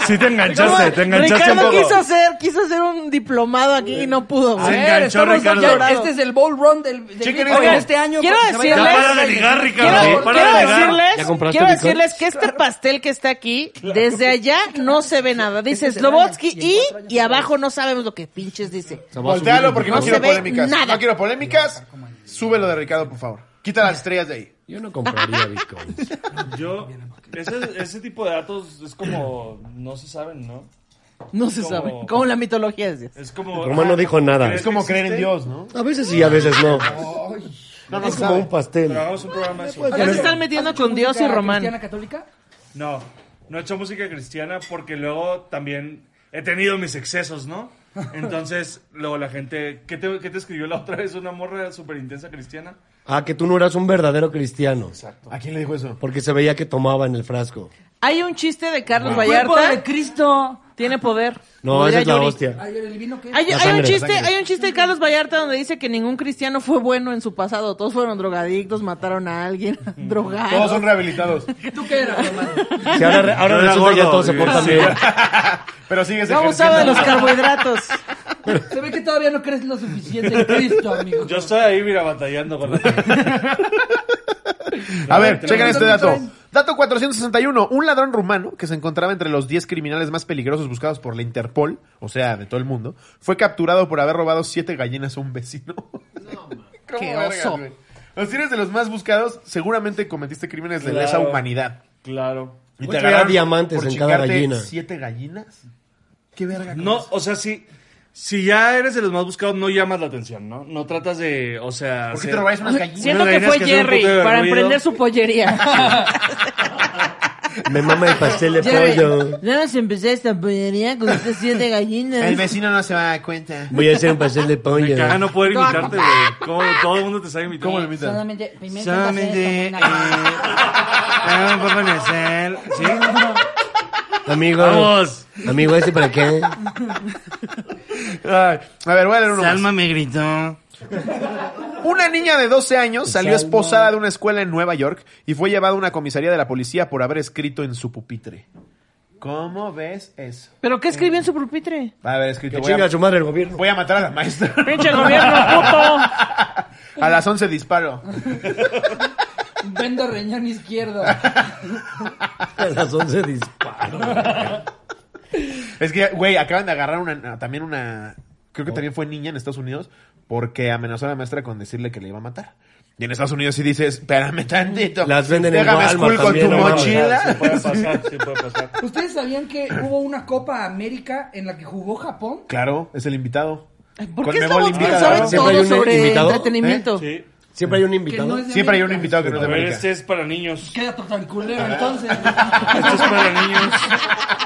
Speaker 3: Sí te enganchaste, te enganchaste un poco.
Speaker 7: Ricardo quiso hacer, quiso hacer un diplomado aquí y no pudo.
Speaker 2: A
Speaker 3: Se
Speaker 7: güey.
Speaker 2: ver,
Speaker 3: enganchó,
Speaker 2: estamos-
Speaker 3: Ricardo.
Speaker 2: ya- este es el bowl run del, del
Speaker 1: Chequen
Speaker 2: Bitcoin
Speaker 1: esto.
Speaker 2: este año.
Speaker 7: Quiero
Speaker 2: porque se va a
Speaker 7: decirles-
Speaker 2: llegar-
Speaker 7: Para
Speaker 3: de ligar, Ricardo.
Speaker 7: Quiero,
Speaker 3: Para
Speaker 7: quiero
Speaker 3: de ligar.
Speaker 4: ¿Ya
Speaker 7: decirles,
Speaker 4: compraste
Speaker 7: quiero
Speaker 4: Bitcoin?
Speaker 7: decirles que este pastel que está aquí, desde allá no se ve
Speaker 3: Este
Speaker 7: nada. Dice Slobotsky y, y abajo no sabemos lo que pinches dice.
Speaker 1: Voltealo porque no
Speaker 7: No se
Speaker 1: quiero
Speaker 7: ve
Speaker 1: polémicas.
Speaker 7: nada.
Speaker 1: No quiero polémicas. Súbelo de Ricardo, por favor. Quita las estrellas de ahí.
Speaker 4: Yo no compraría bitcoins.
Speaker 3: Yo, ese, ese tipo de datos es como, no se saben, ¿no?
Speaker 7: No se
Speaker 3: Como-
Speaker 7: sabe. Como la mitología es Dios.
Speaker 3: Es como...
Speaker 4: Roma no dijo nada.
Speaker 1: Es como creer en Dios, ¿no?
Speaker 4: A veces sí, a veces no.
Speaker 1: No, no
Speaker 4: Es como
Speaker 1: sabe.
Speaker 4: un pastel.
Speaker 3: Pero hagamos un programa de eso.
Speaker 7: Ahora se están metiendo con Dios y
Speaker 2: ¿Cristiana
Speaker 7: Román.
Speaker 2: cristiana católica?
Speaker 3: No, no he hecho música cristiana porque luego también he tenido mis excesos, ¿no? Entonces, luego la gente... ¿Qué te, qué te escribió la otra vez una morra súper intensa cristiana?
Speaker 4: Ah, que tú no eras un verdadero cristiano.
Speaker 1: ¿A quién le dijo eso?
Speaker 4: Porque se veía que tomaba en el frasco.
Speaker 7: Hay un chiste de Carlos
Speaker 2: Cuerpo de
Speaker 7: Vallarta.
Speaker 2: Cristo.
Speaker 7: Tiene poder.
Speaker 4: No,
Speaker 7: Como
Speaker 4: esa
Speaker 7: diría
Speaker 4: es la
Speaker 7: Yuri.
Speaker 4: hostia.
Speaker 2: Ay, ¿el vino qué?
Speaker 7: Hay,
Speaker 4: La
Speaker 7: hay un
Speaker 4: sangre, la
Speaker 7: chiste,
Speaker 4: sangre.
Speaker 7: hay un chiste de Carlos Vallarta donde dice que ningún cristiano fue bueno en su pasado. Todos fueron drogadictos, mataron a alguien,
Speaker 1: Todos son
Speaker 7: drogados.
Speaker 1: rehabilitados.
Speaker 2: ¿Tú qué eras, Román?
Speaker 4: Sí, ahora re- ahora
Speaker 3: Yo era
Speaker 4: resulta que ya
Speaker 3: gordo,
Speaker 4: todos se
Speaker 3: sí.
Speaker 4: portan
Speaker 3: Sí.
Speaker 4: bien.
Speaker 1: Pero sigues
Speaker 7: No
Speaker 1: ejerciendo.
Speaker 7: abusaba de los carbohidratos.
Speaker 2: Se ve que todavía no crees lo suficiente en Cristo, amigo.
Speaker 3: Yo estoy ahí, mira, batallando con la...
Speaker 1: A ver, chequen
Speaker 2: ¿Dónde
Speaker 1: este dato.
Speaker 2: traen?
Speaker 1: Dato 461. Un ladrón rumano que se encontraba entre los 10 criminales más peligrosos buscados por la Interpol, o sea, de todo el mundo, fue capturado por haber robado 7 gallinas a un vecino. No,
Speaker 7: Qué oso.
Speaker 1: Los tienes de los más buscados, seguramente cometiste crímenes de
Speaker 3: Claro.
Speaker 1: lesa humanidad.
Speaker 3: Claro.
Speaker 1: Y
Speaker 4: Oye, era diamantes en cada
Speaker 1: chingarte
Speaker 4: gallina.
Speaker 1: ¿Siete gallinas? Qué verga. con
Speaker 3: No,
Speaker 1: eso.
Speaker 3: o sea, si, si ya eres de los más buscados, no llamas la atención, ¿no? No tratas de, o sea...
Speaker 1: ¿Por qué
Speaker 3: ser-
Speaker 1: te robáis unas gallinas?
Speaker 7: Siento
Speaker 3: Una
Speaker 7: que
Speaker 3: gallina
Speaker 7: fue
Speaker 3: que hace un
Speaker 7: Jerry
Speaker 3: poco de
Speaker 7: para
Speaker 3: ruido.
Speaker 7: emprender su pollería.
Speaker 4: Me mama el pastel de pollo.
Speaker 7: Nada más empecé esta pollería con estas siete
Speaker 1: El
Speaker 7: gallinas.
Speaker 1: vecino no se va a dar cuenta.
Speaker 4: Voy a hacer un pastel de
Speaker 3: Me
Speaker 4: pollo.
Speaker 3: caga no poder imitarte, güey. ¿Cómo todo el mundo te sabe imitar?
Speaker 1: ¿Cómo lo imitan?
Speaker 2: Solamente, primero
Speaker 3: Solamente... Eh,
Speaker 2: intentas hacer esto, muy
Speaker 3: dame un poco nasal, ¿sí?
Speaker 4: Amigo,
Speaker 3: Vamos.
Speaker 4: amigo, ¿este para qué?
Speaker 1: Ay, A ver, voy a leer uno más.
Speaker 9: Salma me gritó.
Speaker 1: Una niña de 12 años salió esposada de una escuela en Nueva York y fue llevada a una comisaría de la policía por haber escrito en su pupitre. ¿Cómo ves eso?
Speaker 7: ¿Pero qué escribió en su pupitre?
Speaker 1: Va a haber escrito.
Speaker 4: Que
Speaker 1: Voy
Speaker 4: chinga a
Speaker 1: a,
Speaker 4: su madre el gobierno.
Speaker 1: voy a matar a la maestra.
Speaker 7: Pinche gobierno, puto.
Speaker 1: A las 11 disparo.
Speaker 2: na- Vendo riñón izquierdo.
Speaker 4: A las 11 disparo.
Speaker 1: Es que, güey, acaban de agarrar una, también una, creo
Speaker 4: Oh.
Speaker 1: que también fue niña en Estados Unidos, porque amenazó a la maestra con decirle que le iba a matar. Y en Estados Unidos sí dices, espérame tantito.
Speaker 4: Las venden en
Speaker 1: déjame
Speaker 4: Walmart
Speaker 1: school con
Speaker 4: también,
Speaker 1: tu
Speaker 4: no mames.
Speaker 1: mochila.
Speaker 5: Sí puede pasar, sí puede pasar.
Speaker 2: ¿Ustedes sabían que hubo una Copa América en la que jugó Japón?
Speaker 1: Claro, es el invitado.
Speaker 7: ¿Por qué
Speaker 1: Conmebol
Speaker 7: estamos
Speaker 1: invita,
Speaker 7: que saben
Speaker 1: ¿no?
Speaker 4: Siempre hay
Speaker 7: todo
Speaker 4: un
Speaker 7: sobre
Speaker 4: invitado, ¿eh?
Speaker 7: entretenimiento? Eh,
Speaker 5: Sí.
Speaker 4: Siempre hay un
Speaker 2: Que
Speaker 4: invitado.
Speaker 2: no es de
Speaker 1: Siempre hay un
Speaker 2: América.
Speaker 1: invitado que no es de
Speaker 5: A ver,
Speaker 1: América.
Speaker 5: este es para niños.
Speaker 2: Qué dato tan culero, entonces.
Speaker 5: Este es para niños.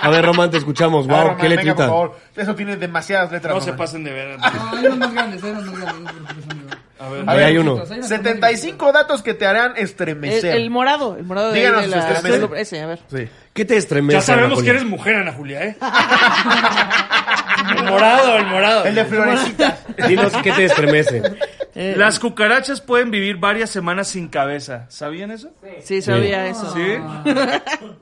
Speaker 4: A ver, Román, te escuchamos.
Speaker 1: Ah,
Speaker 4: Wow,
Speaker 1: Román,
Speaker 4: qué
Speaker 1: venga,
Speaker 4: letrita.
Speaker 1: por favor. Eso tiene demasiadas letras.
Speaker 5: No se
Speaker 1: Román.
Speaker 5: pasen de ver.
Speaker 2: No, eran más grandes, eran más grandes. no te preocupes, amigo.
Speaker 5: A ver.
Speaker 1: A
Speaker 4: Ahí
Speaker 1: ver,
Speaker 4: hay uno.
Speaker 1: 75 datos que te harán
Speaker 7: El,
Speaker 1: estremecer.
Speaker 7: el morado, el morado de, ahí
Speaker 1: Díganos
Speaker 7: de la...
Speaker 1: ustedes.
Speaker 7: del- Ese, a ver.
Speaker 1: Sí.
Speaker 4: ¿Qué te estremece?
Speaker 5: Ya sabemos
Speaker 4: Ana
Speaker 5: que
Speaker 4: Julia?
Speaker 5: eres mujer, Ana Julia, ¿eh? El morado, el morado.
Speaker 1: El de florecitas.
Speaker 4: Dinos qué te estremece.
Speaker 3: Las cucarachas pueden vivir varias semanas sin cabeza. ¿Sabían eso?
Speaker 7: Sí, sabía eso.
Speaker 3: Sí.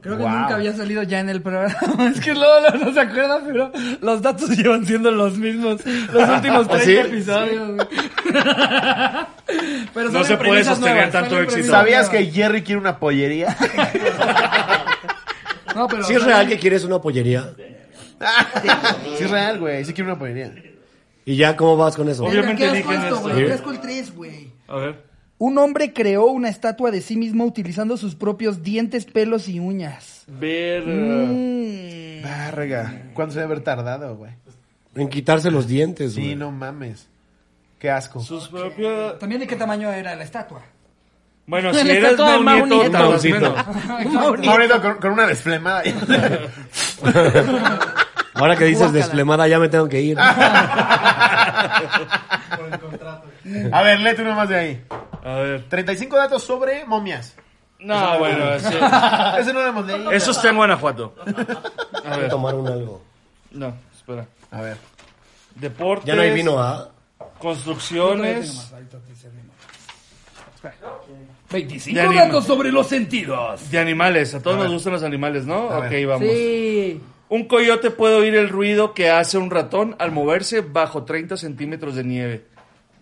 Speaker 2: Creo que nunca había salido ya en el programa. Es que luego no, no se acuerda, pero los datos llevan siendo los mismos los últimos
Speaker 4: ¿Ah,
Speaker 2: 30 episodios. güey. pero
Speaker 5: No
Speaker 2: salen
Speaker 5: se puede
Speaker 2: premisas
Speaker 5: sostener
Speaker 2: nuevas,
Speaker 5: tanto
Speaker 2: salen
Speaker 5: éxito.
Speaker 2: premisas
Speaker 1: ¿Sabías
Speaker 2: nuevas.
Speaker 1: que Jerry quiere una pollería?
Speaker 2: No, pero
Speaker 4: Si es real que quieres una pollería.
Speaker 1: sí, es real, güey. Sí quiere una pollería.
Speaker 4: ¿Y ya cómo vas con eso?
Speaker 5: Obvio.
Speaker 2: Obviamente
Speaker 5: Obviamente
Speaker 2: dije
Speaker 5: dije
Speaker 2: esto,
Speaker 5: esto.
Speaker 2: güey.
Speaker 4: Sí.
Speaker 2: Fresco el 3, güey.
Speaker 3: A ver.
Speaker 2: Un hombre creó una estatua de sí mismo utilizando sus propios dientes, pelos y uñas.
Speaker 5: Ver. eh,
Speaker 1: Verga. ¿Cuánto se debe haber tardado, güey?
Speaker 4: En quitarse los dientes,
Speaker 1: Sí,
Speaker 4: güey.
Speaker 1: no mames. Qué asco.
Speaker 5: Sus propios.
Speaker 2: También de qué tamaño era la estatua.
Speaker 3: Bueno, si
Speaker 7: Le
Speaker 3: eres
Speaker 7: tocó al
Speaker 3: Mau Nieto,
Speaker 7: Mau
Speaker 3: tal vez
Speaker 4: Nieto.
Speaker 3: menos.
Speaker 1: Ahorita con, con una desflemada.
Speaker 4: Ahora que dices
Speaker 7: Guácala.
Speaker 4: desplemada, ya me tengo que ir.
Speaker 1: Ah. A ver, léete uno más de ahí.
Speaker 3: A ver.
Speaker 1: 35 datos sobre momias.
Speaker 5: Ah,
Speaker 3: No, bueno, sí.
Speaker 1: Ese no lo hemos leído.
Speaker 3: Eso está en Guanajuato. A
Speaker 4: Voy a
Speaker 3: ver.
Speaker 4: tomar un algo.
Speaker 3: No, espera.
Speaker 1: A ver.
Speaker 5: Deportes.
Speaker 4: Ya no hay vino, ¿ah?
Speaker 5: Construcciones.
Speaker 2: 25
Speaker 5: De anima.
Speaker 2: datos sobre los sentidos.
Speaker 5: De animales, a todos nos gustan los animales, ¿no?
Speaker 1: A
Speaker 5: ok,
Speaker 1: ver.
Speaker 5: vamos.
Speaker 2: Sí.
Speaker 5: Un coyote puede oír el ruido que hace un ratón al moverse bajo 30 centímetros de nieve.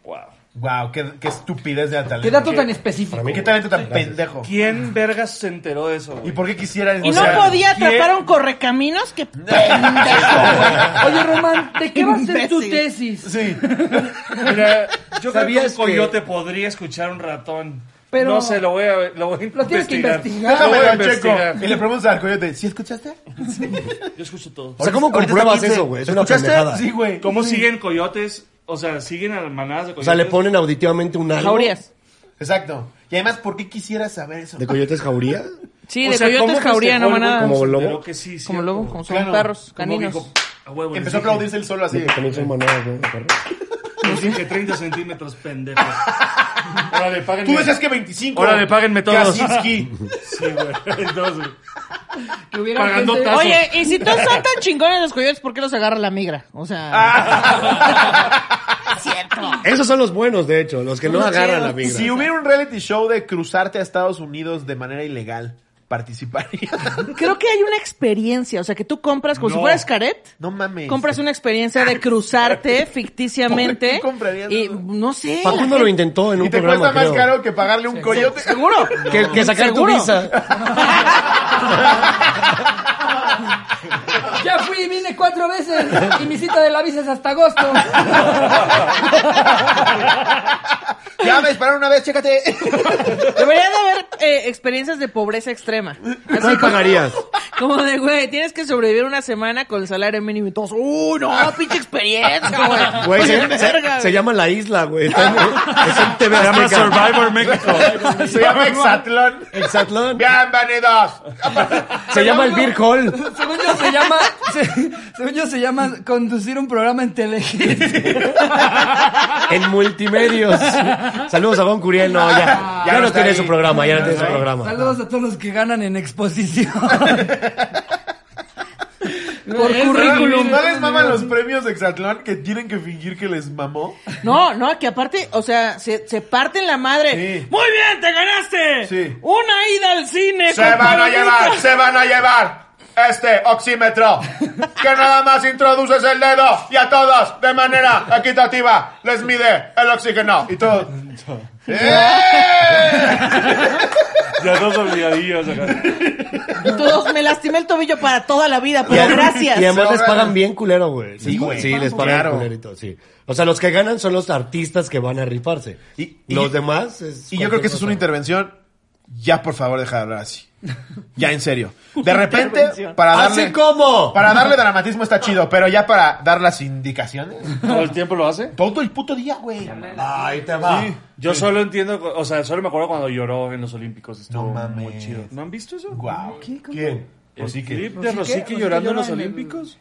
Speaker 5: Wow.
Speaker 1: Wow, qué, qué estupidez de atalento.
Speaker 2: ¿Qué dato tan específico?
Speaker 1: Qué talento tan pendejo.
Speaker 5: ¿Quién vergas se enteró de eso?
Speaker 1: ¿Y
Speaker 5: güey?
Speaker 1: por qué quisieran?
Speaker 7: Y
Speaker 1: o
Speaker 7: no
Speaker 1: sea,
Speaker 7: podía
Speaker 5: ¿quién?
Speaker 7: atrapar a un correcaminos que...
Speaker 2: Oye, Román, ¿de qué va a ser tu
Speaker 7: Imbécil.
Speaker 2: tesis?
Speaker 1: Sí.
Speaker 5: Mira, yo creo que
Speaker 4: ¿Sabías
Speaker 5: un coyote podría escuchar un ratón.
Speaker 2: Pero-
Speaker 5: no sé, lo voy a, lo voy a
Speaker 2: Lo tienes que
Speaker 5: investigar.
Speaker 2: investigar.
Speaker 5: Lo voy a
Speaker 1: Déjame lo checo.
Speaker 5: investigar.
Speaker 1: Y le preguntas al coyote, ¿sí escuchaste?
Speaker 5: Yo escucho todo.
Speaker 4: O sea, ¿cómo
Speaker 1: Ahorita
Speaker 4: compruebas
Speaker 1: está quince.
Speaker 4: eso, güey? Es una
Speaker 1: ¿Escuchaste?
Speaker 4: pendejada.
Speaker 1: Sí, güey.
Speaker 5: ¿Cómo siguen coyotes? O sea, siguen a manadas de
Speaker 4: O
Speaker 5: coyotes.
Speaker 4: sea, le ponen auditivamente un algo.
Speaker 7: Jaurías.
Speaker 1: Exacto. Y además, ¿por qué quisieras saber eso?
Speaker 4: ¿De coyotes jauría?
Speaker 7: Sí,
Speaker 5: O
Speaker 7: de
Speaker 5: sea, ¿cómo
Speaker 7: coyotes
Speaker 5: festejó
Speaker 7: jauría, no
Speaker 5: el güey
Speaker 7: manada.
Speaker 5: cuando
Speaker 4: Como
Speaker 5: se
Speaker 4: lobo.
Speaker 5: enteró que sí, sí,
Speaker 7: Como lobo, como son
Speaker 1: Claro.
Speaker 7: perros,
Speaker 5: Como que
Speaker 7: caninos.
Speaker 5: dijo, "Ah, huevo, les
Speaker 1: Empezó a
Speaker 5: dije".
Speaker 1: aplaudirse el solo así.
Speaker 4: También son manadas, ¿no?
Speaker 5: Los dije 30 centímetros, pendejos. Órale, páguenme.
Speaker 1: Tú decías que 25.
Speaker 5: Órale, páguenme todos.
Speaker 1: Kaczynski.
Speaker 5: Sí, güey. Entonces,
Speaker 2: Que hubiera
Speaker 5: pagando
Speaker 2: gente-
Speaker 5: tazos.
Speaker 7: Oye, y si todos son tan chingones los coyotes, ¿por qué los agarra la migra? O sea...
Speaker 1: Ah.
Speaker 7: Es cierto.
Speaker 4: Esos son los buenos, de hecho, los que no
Speaker 7: Los
Speaker 4: agarran
Speaker 7: chidos.
Speaker 4: la migra.
Speaker 1: Si hubiera un reality show de cruzarte a Estados Unidos de manera ilegal, participaría.
Speaker 7: Creo que hay una experiencia, o sea, que tú compras como si
Speaker 5: No.
Speaker 7: fueras caret.
Speaker 1: No mames.
Speaker 7: Compras una experiencia de cruzarte
Speaker 1: ¿Por
Speaker 7: ficticiamente.
Speaker 1: qué comprarías
Speaker 7: y
Speaker 1: eso?
Speaker 7: no sé.
Speaker 4: Facundo lo intentó en
Speaker 1: Y
Speaker 4: un
Speaker 1: te
Speaker 4: programa,
Speaker 1: cuesta más
Speaker 4: creo.
Speaker 1: caro que pagarle un coyote.
Speaker 7: Seguro.
Speaker 4: Que, que sacar
Speaker 7: Seguro.
Speaker 4: tu visa.
Speaker 2: Ya fui y vine cuatro veces. Y mi cita de la visa es hasta agosto.
Speaker 1: Ya me dispararon una vez, chécate.
Speaker 7: Debería de haber eh, experiencias de pobreza extrema.
Speaker 4: ¿Cuál pagarías?
Speaker 7: Como de, güey, tienes que sobrevivir una semana con el salario mínimo y todos, ¡uh, no, pinche experiencia, güey!
Speaker 4: Ah. Güey,
Speaker 7: Pues,
Speaker 4: se,
Speaker 7: Verga,
Speaker 4: se-
Speaker 7: güey.
Speaker 4: se llama La Isla, güey. Está en, es en TV
Speaker 3: Se llama
Speaker 4: Azteca.
Speaker 3: Survivor México.
Speaker 1: Se llama Exatlón.
Speaker 4: Exatlón.
Speaker 1: Bienvenidos.
Speaker 4: Se llama El Beer Hall.
Speaker 2: Según yo se llama. se- según yo se llama conducir un programa en Telehit.
Speaker 4: En Multimedios. Saludos a Juan Curiel. No, ya, ya,
Speaker 1: no
Speaker 4: no
Speaker 1: Ah. está
Speaker 4: tiene
Speaker 1: ahí.
Speaker 4: su programa, ya no tiene su programa.
Speaker 2: Saludos a todos los que ganan en exposición. Por currículum.
Speaker 1: ¿No les maman los premios de Exatlón que tienen que fingir que les mamó?
Speaker 7: No, no, que aparte, o sea, se, se parten la madre.
Speaker 1: Sí.
Speaker 7: ¡Muy bien, te ganaste!
Speaker 1: Sí.
Speaker 7: ¡Una ida al cine!
Speaker 1: Se
Speaker 7: con
Speaker 1: van a
Speaker 7: palomitas!
Speaker 1: llevar, se van a llevar este oxímetro que nada más introduces el dedo y a todos de manera equitativa les mide el oxígeno y todo. ¡Eh!
Speaker 3: Ya dos obligadillos acá.
Speaker 7: Todos, me lastimé el tobillo para toda la vida, pero gracias.
Speaker 4: Y además
Speaker 1: Se
Speaker 4: les
Speaker 1: ahorran-
Speaker 4: pagan bien culero, güey.
Speaker 1: Sí,
Speaker 4: Les-
Speaker 1: güey.
Speaker 4: Sí, les pagan
Speaker 1: Claro.
Speaker 4: culerito, sí. O sea, los que ganan son los artistas que van a rifarse.
Speaker 1: Y- y-
Speaker 4: los demás es
Speaker 1: Y yo creo que eso es una
Speaker 4: cualquier
Speaker 1: intervención. Ya, por favor, deja de hablar así. Ya, en serio. De repente, para
Speaker 4: cosa.
Speaker 1: darle,
Speaker 4: ¿Así como?
Speaker 1: para darle dramatismo está chido, pero ya para dar las indicaciones.
Speaker 5: ¿Todo el tiempo lo hace?
Speaker 1: Todo el puto día, güey.
Speaker 4: Ahí te
Speaker 1: Ah,
Speaker 4: va.
Speaker 3: Yo solo entiendo, cu- o sea, solo me acuerdo cuando lloró en los Olímpicos. Estuvo
Speaker 1: No mames.
Speaker 3: muy chido. ¿No han visto eso?
Speaker 1: Guau.
Speaker 2: ¿Qué? ¿Cómo?
Speaker 1: ¿Quién?
Speaker 3: El
Speaker 1: Rosique.
Speaker 3: clip de
Speaker 2: Rosique,
Speaker 3: Rosique
Speaker 2: Rosique
Speaker 3: llorando en
Speaker 2: llora
Speaker 3: los
Speaker 2: en el-
Speaker 3: Olímpicos.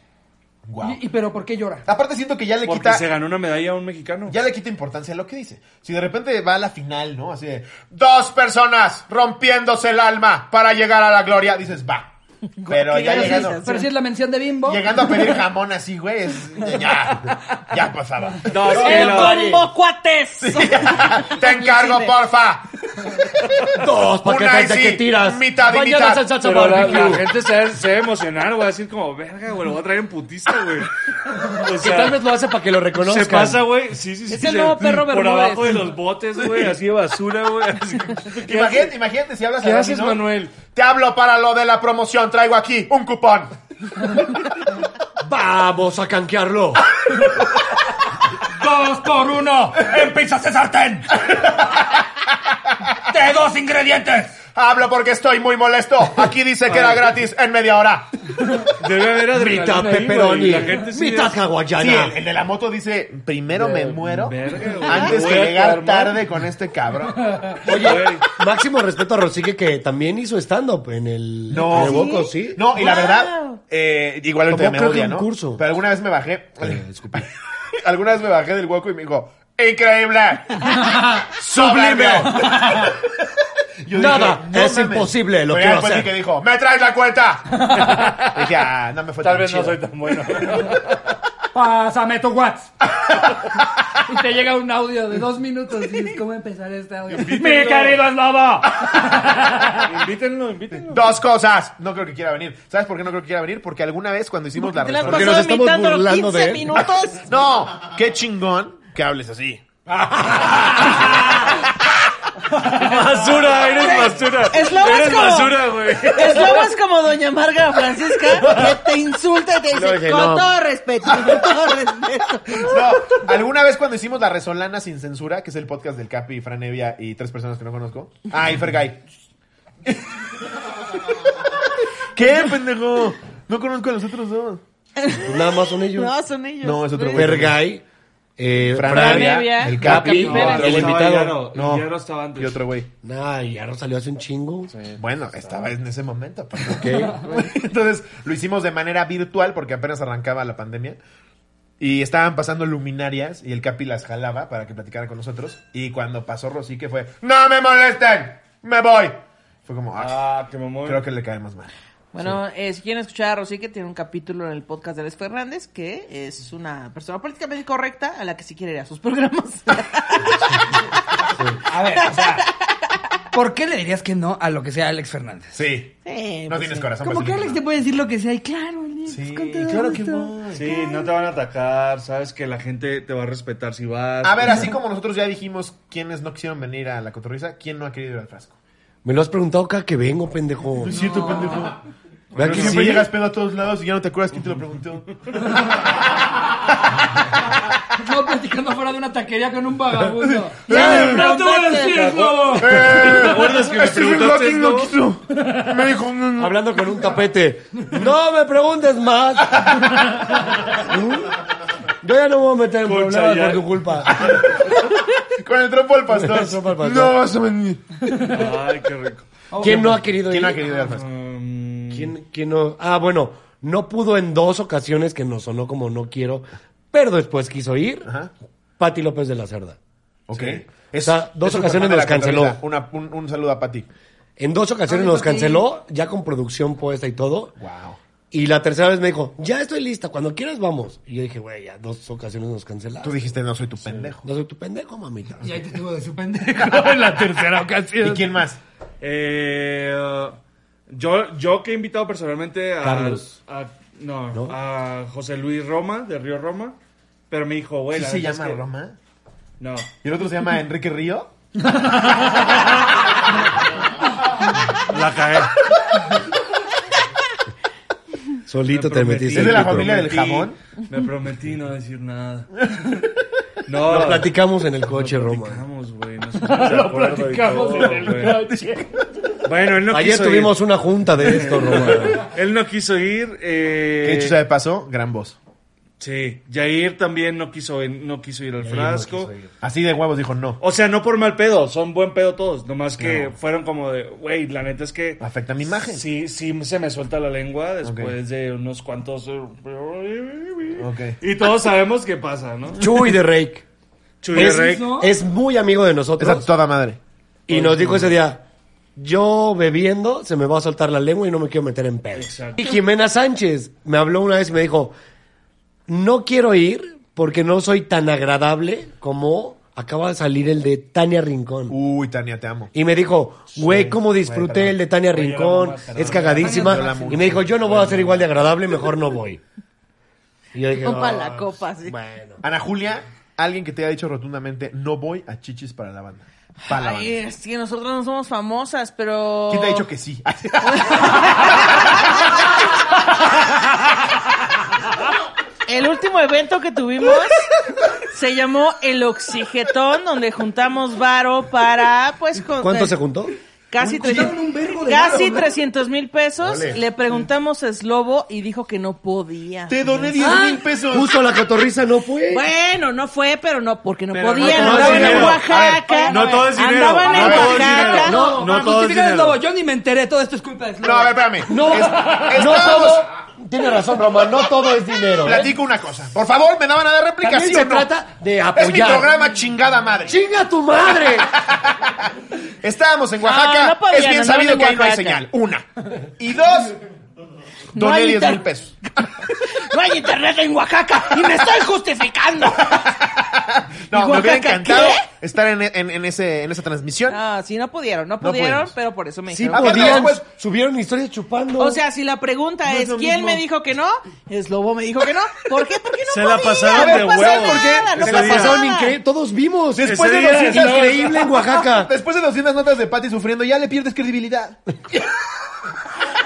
Speaker 1: Guau.
Speaker 2: ¿Y, y pero por qué llora?
Speaker 1: Aparte siento que ya le
Speaker 3: Porque
Speaker 1: quita...
Speaker 3: se ganó una medalla a un mexicano.
Speaker 1: Ya le quita importancia a lo que dice. Si de repente va a la final, ¿no? Así de, dos personas rompiéndose el alma para llegar a la gloria, dices, va. Pero ya
Speaker 7: Pero sí,
Speaker 1: llegando,
Speaker 2: Pero si es la mención de Bimbo.
Speaker 1: llegando a pedir jamón así, güey, es- ya, ya pasaba.
Speaker 3: Dos
Speaker 7: ¡El
Speaker 3: kilos.
Speaker 7: combo, cuates!
Speaker 1: Te encargo, porfa.
Speaker 4: Dos paquetes
Speaker 1: Una
Speaker 4: de
Speaker 1: y
Speaker 4: que
Speaker 1: sí,
Speaker 4: tiras.
Speaker 1: mitad y
Speaker 4: Mañana
Speaker 1: mitad.
Speaker 4: es en salsa
Speaker 3: Pero la,
Speaker 4: barbecue.
Speaker 3: la gente se, va- se va a emocionar, güey. a decir como, verga, güey, lo voy a traer en putista, güey. O
Speaker 4: Que tal vez lo hace para que lo reconozcan.
Speaker 3: se pasa, güey. Sí, sí, sí.
Speaker 7: Es el
Speaker 3: se-
Speaker 7: nuevo perro
Speaker 3: Por
Speaker 7: Bermúdez.
Speaker 3: abajo de los botes, güey. Así de basura, güey. así. ¿Qué
Speaker 1: Imagínate,
Speaker 3: haces?
Speaker 1: imagínate si hablas
Speaker 3: ¿Qué
Speaker 1: a
Speaker 3: haces,
Speaker 1: Domino.
Speaker 3: Manuel?
Speaker 1: Te hablo para lo de la promoción, traigo aquí un cupón.
Speaker 4: Vamos a canquearlo.
Speaker 10: Dos por uno en pizzas de sartén. De dos ingredientes.
Speaker 1: Hablo porque estoy muy molesto. Aquí dice que era gratis en media hora.
Speaker 3: Debe haber adrenalina
Speaker 4: Mitad
Speaker 3: ahí, güey,
Speaker 4: pepperoni.
Speaker 3: La gente sí
Speaker 4: Mitad
Speaker 1: Sí, el,
Speaker 4: hawaiana.
Speaker 1: el de la moto dice, primero me muero
Speaker 3: verga, güey.
Speaker 1: antes
Speaker 3: Voy
Speaker 1: que
Speaker 3: a
Speaker 1: llegar
Speaker 3: armar.
Speaker 1: tarde con este cabrón.
Speaker 4: Oye, máximo respeto a Rosique que también hizo stand-up en el en el Boco, sí.
Speaker 1: No, y la
Speaker 7: Wow.
Speaker 1: verdad, eh, igual ahorita
Speaker 4: Tomó,
Speaker 1: me
Speaker 4: creo que
Speaker 1: odia,
Speaker 4: un
Speaker 1: ¿no?
Speaker 4: curso.
Speaker 1: Pero alguna vez me bajé,
Speaker 4: Eh, disculpa.
Speaker 1: alguna vez me bajé del hueco y me dijo, increíble,
Speaker 4: ¡Sublime!
Speaker 1: Yo
Speaker 4: Nada,
Speaker 1: "No
Speaker 4: es imposible,
Speaker 1: Pero
Speaker 4: lo
Speaker 1: ya
Speaker 4: quiero
Speaker 1: después
Speaker 4: hacer.
Speaker 1: vi que dijo, me traes la cuenta. dije, ah, no me fue
Speaker 5: Tal
Speaker 1: tan
Speaker 5: vez no
Speaker 1: chido.
Speaker 5: soy tan bueno.
Speaker 2: Pásame tu WhatsApp. y te llega un audio de dos minutos. Y dices, ¿cómo empezar este audio? ¡Mi querido Slobo!
Speaker 3: Invítenlo, invítenlo.
Speaker 1: Dos cosas. No creo que quiera venir. ¿Sabes por qué no creo que quiera venir? Porque alguna vez cuando hicimos la
Speaker 7: Te la has
Speaker 1: restauración-
Speaker 4: Porque nos
Speaker 7: pasado
Speaker 4: estamos
Speaker 7: imitándolo
Speaker 4: burlando
Speaker 7: 15
Speaker 4: de él.
Speaker 7: minutos.
Speaker 1: No, qué chingón que hables así.
Speaker 3: Basura, eres basura.
Speaker 7: Es lo más
Speaker 3: Eres
Speaker 7: como-
Speaker 3: basura, güey.
Speaker 7: Es lo más como doña Marga Francisca que te insulta y te dice,
Speaker 4: dije,
Speaker 7: con
Speaker 4: no.
Speaker 7: todo respeto, con todo respeto.
Speaker 1: No, alguna vez cuando hicimos La Resolana Sin Censura, que es el podcast del Capi, Fran Evia y tres personas que no conozco. Ah, y Fergay. ¿Qué, pendejo? No conozco a los otros dos.
Speaker 4: Nada más son ellos.
Speaker 7: No, son ellos.
Speaker 1: No, es otro güey.
Speaker 4: Fergay, eh,
Speaker 1: Fran
Speaker 4: Fran,
Speaker 1: Evia,
Speaker 7: Evia,
Speaker 1: el Capi,
Speaker 7: Capi Pérez.
Speaker 1: otro
Speaker 4: el
Speaker 1: güey.
Speaker 3: Estaba
Speaker 4: invitado.
Speaker 3: Yaro,
Speaker 1: No.
Speaker 3: Yaro estaba antes.
Speaker 1: y otro güey.
Speaker 4: Nah, y Yaro salió hace un chingo.
Speaker 1: Bueno, estaba en ese momento. pero-
Speaker 4: Ok.
Speaker 1: Entonces lo hicimos de manera virtual porque apenas arrancaba la pandemia. Y estaban pasando luminarias y el Capi las jalaba para que platicara con nosotros. Y cuando pasó Rosique fue, ¡No me molesten! ¡Me voy! Fue como, "Ah,
Speaker 3: Ah, que mamón.
Speaker 1: creo que le caemos mal.
Speaker 7: Bueno, eh, si quieren escuchar a Rosique, tiene un capítulo en el podcast de Alex Fernández, que es una persona políticamente correcta a la que sí quiere ir a sus programas.
Speaker 2: A ver, o sea, ¿por qué le dirías que no a lo que sea Alex Fernández?
Speaker 1: Sí.
Speaker 7: Sí,
Speaker 1: no
Speaker 7: pues
Speaker 1: tienes
Speaker 7: sí.
Speaker 1: corazón.
Speaker 2: Como
Speaker 1: para
Speaker 2: que
Speaker 1: decir
Speaker 2: Alex
Speaker 1: no.
Speaker 2: te puede decir lo que sea, y claro, Alex,
Speaker 1: Sí,
Speaker 2: con todo
Speaker 1: claro que
Speaker 2: gusto.
Speaker 1: no.
Speaker 3: Sí, no te van a atacar, sabes que la gente te va a respetar si vas.
Speaker 1: A ver, así como nosotros ya dijimos quiénes no quisieron venir a la cotorriza, ¿quién no ha querido ir al frasco?
Speaker 4: Me lo has preguntado cada que vengo, pendejo.
Speaker 1: Es cierto, pendejo.
Speaker 4: ¿Verdad que sí?
Speaker 1: pedo a todos lados y ya no te acuerdas quién te lo preguntó.
Speaker 2: Estaba platicando fuera de una taquería con un vagabundo.
Speaker 7: Ya me
Speaker 2: ¡No te voy a decir,
Speaker 7: preguntaste.
Speaker 2: Slobo!
Speaker 1: ¿Te
Speaker 3: acuerdas que me preguntaste
Speaker 1: Este no
Speaker 3: esto?
Speaker 1: quiso. Me dijo, no, no.
Speaker 4: Hablando con un tapete. No me preguntes más. ¿Mm? Yo ya no me voy a meter en
Speaker 3: Con
Speaker 4: problemas
Speaker 3: Chayanne.
Speaker 4: por tu culpa.
Speaker 1: Con el trompo al pastor.
Speaker 4: Con el trompo al pastor.
Speaker 1: No vas a venir.
Speaker 3: Ay, qué rico.
Speaker 4: ¿Quién no ha querido
Speaker 1: ¿Quién
Speaker 4: ir?
Speaker 1: ha querido ir al
Speaker 4: Mm,
Speaker 1: frasco?
Speaker 3: Um,
Speaker 4: ¿Quién, quién no? Ah, bueno, no pudo en dos ocasiones que nos sonó como no quiero, pero después quiso ir.
Speaker 1: Ajá.
Speaker 4: Pati López de la Cerda.
Speaker 1: Ok.
Speaker 4: O sea, dos
Speaker 1: un
Speaker 4: ocasiones
Speaker 1: campeón de la
Speaker 4: nos
Speaker 1: cotorriza.
Speaker 4: canceló.
Speaker 1: Una- un, un saludo a Pati.
Speaker 4: En dos ocasiones
Speaker 2: Ay,
Speaker 4: nos
Speaker 2: Pati.
Speaker 4: canceló, ya con producción puesta y todo.
Speaker 1: Wow.
Speaker 4: Y la tercera vez me dijo, ya estoy lista, cuando quieras vamos. Y yo dije, güey, ya dos ocasiones nos
Speaker 1: Tú
Speaker 4: cancelaron.
Speaker 1: dijiste, no soy tu pendejo.
Speaker 4: No soy tu pendejo, mamita.
Speaker 2: Y ahí te tuvo de su pendejo en la tercera
Speaker 1: ¿Y
Speaker 2: ocasión.
Speaker 1: quién más?
Speaker 3: eh, uh, yo, yo que he invitado personalmente a.
Speaker 4: Carlos.
Speaker 3: a- no,
Speaker 4: ¿No?
Speaker 3: a José Luis Roma, de Río Roma. Pero me dijo, güey.
Speaker 1: ¿Sí
Speaker 3: la
Speaker 1: se
Speaker 3: neta es
Speaker 1: llama
Speaker 3: que-
Speaker 1: Roma?
Speaker 3: No.
Speaker 1: ¿Y el otro se llama Enrique Río?
Speaker 3: La cae.
Speaker 10: Solito te metiste.
Speaker 1: ¿Es de la
Speaker 10: el pito.
Speaker 1: familia del jabón?
Speaker 5: Me prometí no decir nada.
Speaker 4: Lo
Speaker 5: No,
Speaker 4: platicamos en el coche, Roma.
Speaker 5: platicamos, güey. nos pusimos de acuerdo y todo, güey.
Speaker 3: Bueno, él no
Speaker 4: Ayer
Speaker 3: quiso
Speaker 4: tuvimos una junta de esto, Roma.
Speaker 3: ir. Él no quiso ir. eh,
Speaker 1: Que dicho sea de paso, gran voz.
Speaker 3: sí, Jair también no quiso, no quiso ir al frasco.
Speaker 1: Así de huevos dijo no.
Speaker 3: O sea, no por mal pedo, son buen pedo todos. Nomás que fueron como de, güey, la neta es que.
Speaker 1: Afecta mi imagen.
Speaker 3: Sí, sí, se me suelta la lengua después
Speaker 1: Ok.
Speaker 3: de unos cuantos.
Speaker 1: Ok.
Speaker 3: Y todos sabemos qué pasa, ¿no?
Speaker 4: Chuy de Rake.
Speaker 3: Chuy
Speaker 4: Es-
Speaker 3: Rec.
Speaker 4: Es muy amigo de
Speaker 1: Es a
Speaker 4: nosotros.
Speaker 1: toda madre.
Speaker 4: Y nos dijo ese día, yo bebiendo se me va a soltar la lengua y no me quiero meter en pedos.
Speaker 3: Exacto.
Speaker 4: Y Jimena Sánchez me habló una vez y me dijo, no quiero ir porque no soy tan agradable como acaba de salir el de Tania Rincón.
Speaker 1: Uy, Tania, te amo.
Speaker 4: Y me dijo, güey, cómo disfruté el de Tania Rincón, es cagadísima. Y me dijo, yo no voy a ser igual de agradable, mejor no voy. Y yo dije,
Speaker 7: Copa
Speaker 4: "Ah,
Speaker 7: la copa, sí.
Speaker 4: bueno.
Speaker 1: Ana Julia, alguien que te haya dicho rotundamente, no voy a chichis para la banda. Para la banda.
Speaker 7: Ay, eh, es que nosotros no somos famosas, pero...
Speaker 1: ¿Quién te ha dicho que sí?
Speaker 7: El último evento que tuvimos se llamó El Oxigetón, donde juntamos varo para, pues... con-
Speaker 4: ¿Cuánto
Speaker 7: eh,
Speaker 4: se juntó?
Speaker 7: Casi,
Speaker 2: Juntaron
Speaker 7: 300
Speaker 2: un vergo de
Speaker 7: casi
Speaker 2: varo, ¿no?
Speaker 7: 300 mil pesos.
Speaker 4: Ole.
Speaker 7: Le preguntamos a Slobo y dijo que no podía.
Speaker 1: te doné 10 mil pesos.
Speaker 4: Justo la cotorriza no fue.
Speaker 7: Bueno, no fue, pero no, porque no
Speaker 3: Pero
Speaker 7: podía.
Speaker 3: no todo
Speaker 7: andaban
Speaker 3: es
Speaker 7: en
Speaker 3: dinero.
Speaker 7: Oaxaca.
Speaker 3: no todo es dinero.
Speaker 7: Andaban en
Speaker 3: No todo es
Speaker 7: Oaxaca.
Speaker 3: dinero. No, no todo es
Speaker 2: justifica el
Speaker 3: dinero.
Speaker 2: lobo, yo ni me enteré, todo esto es culpa de Slobo.
Speaker 1: No, a ver, espérame.
Speaker 4: No,
Speaker 1: Es-
Speaker 4: no
Speaker 1: estamos-
Speaker 4: todo. Tiene razón, Roma, no todo es dinero. ¿eh?
Speaker 1: Platico una cosa. Por favor, me daban a dar réplica,
Speaker 4: También
Speaker 1: ¿sí
Speaker 4: se
Speaker 1: o no?
Speaker 4: trata de
Speaker 1: Es mi
Speaker 4: apoyar.
Speaker 1: programa, chingada madre.
Speaker 4: ¡Chinga tu madre!
Speaker 1: Estábamos en Oaxaca.
Speaker 7: no podían,
Speaker 1: es bien
Speaker 7: no,
Speaker 1: sabido
Speaker 7: no
Speaker 1: que ahí no hay
Speaker 7: Oaxaca.
Speaker 1: señal. Una. Y dos,
Speaker 7: No
Speaker 1: doné
Speaker 7: hay
Speaker 1: 10 mil
Speaker 7: inter-
Speaker 1: pesos.
Speaker 7: No hay internet en Oaxaca y me estoy justificando.
Speaker 1: No, me hubiera
Speaker 7: Oaxaca,
Speaker 1: encantado
Speaker 7: ¿qué? Ah.
Speaker 1: estar en, en- en ese, en esa transmisión.
Speaker 7: No, sí, no pudieron, no pudieron,
Speaker 1: pudimos.
Speaker 7: pero por eso me
Speaker 4: Sí
Speaker 7: dijeron.
Speaker 1: Aparte,
Speaker 4: podían,
Speaker 1: después-
Speaker 4: subieron historias chupando.
Speaker 7: Ah, O sea, si la pregunta es, ¿quién me dijo que no? Slobo me dijo que no. ¿Por qué? Porque no
Speaker 3: Se la
Speaker 7: podía,
Speaker 3: pasaron
Speaker 7: no
Speaker 3: de
Speaker 7: pasó
Speaker 3: huevos.
Speaker 7: nada, no
Speaker 4: se la
Speaker 7: pasó
Speaker 4: pasaron
Speaker 7: nada.
Speaker 4: increíble. Todos vimos.
Speaker 1: Después de
Speaker 3: Ese día,
Speaker 1: 200
Speaker 4: Increíble en Oaxaca.
Speaker 1: Después de 200 notas de Patty sufriendo, ya le pierdes credibilidad.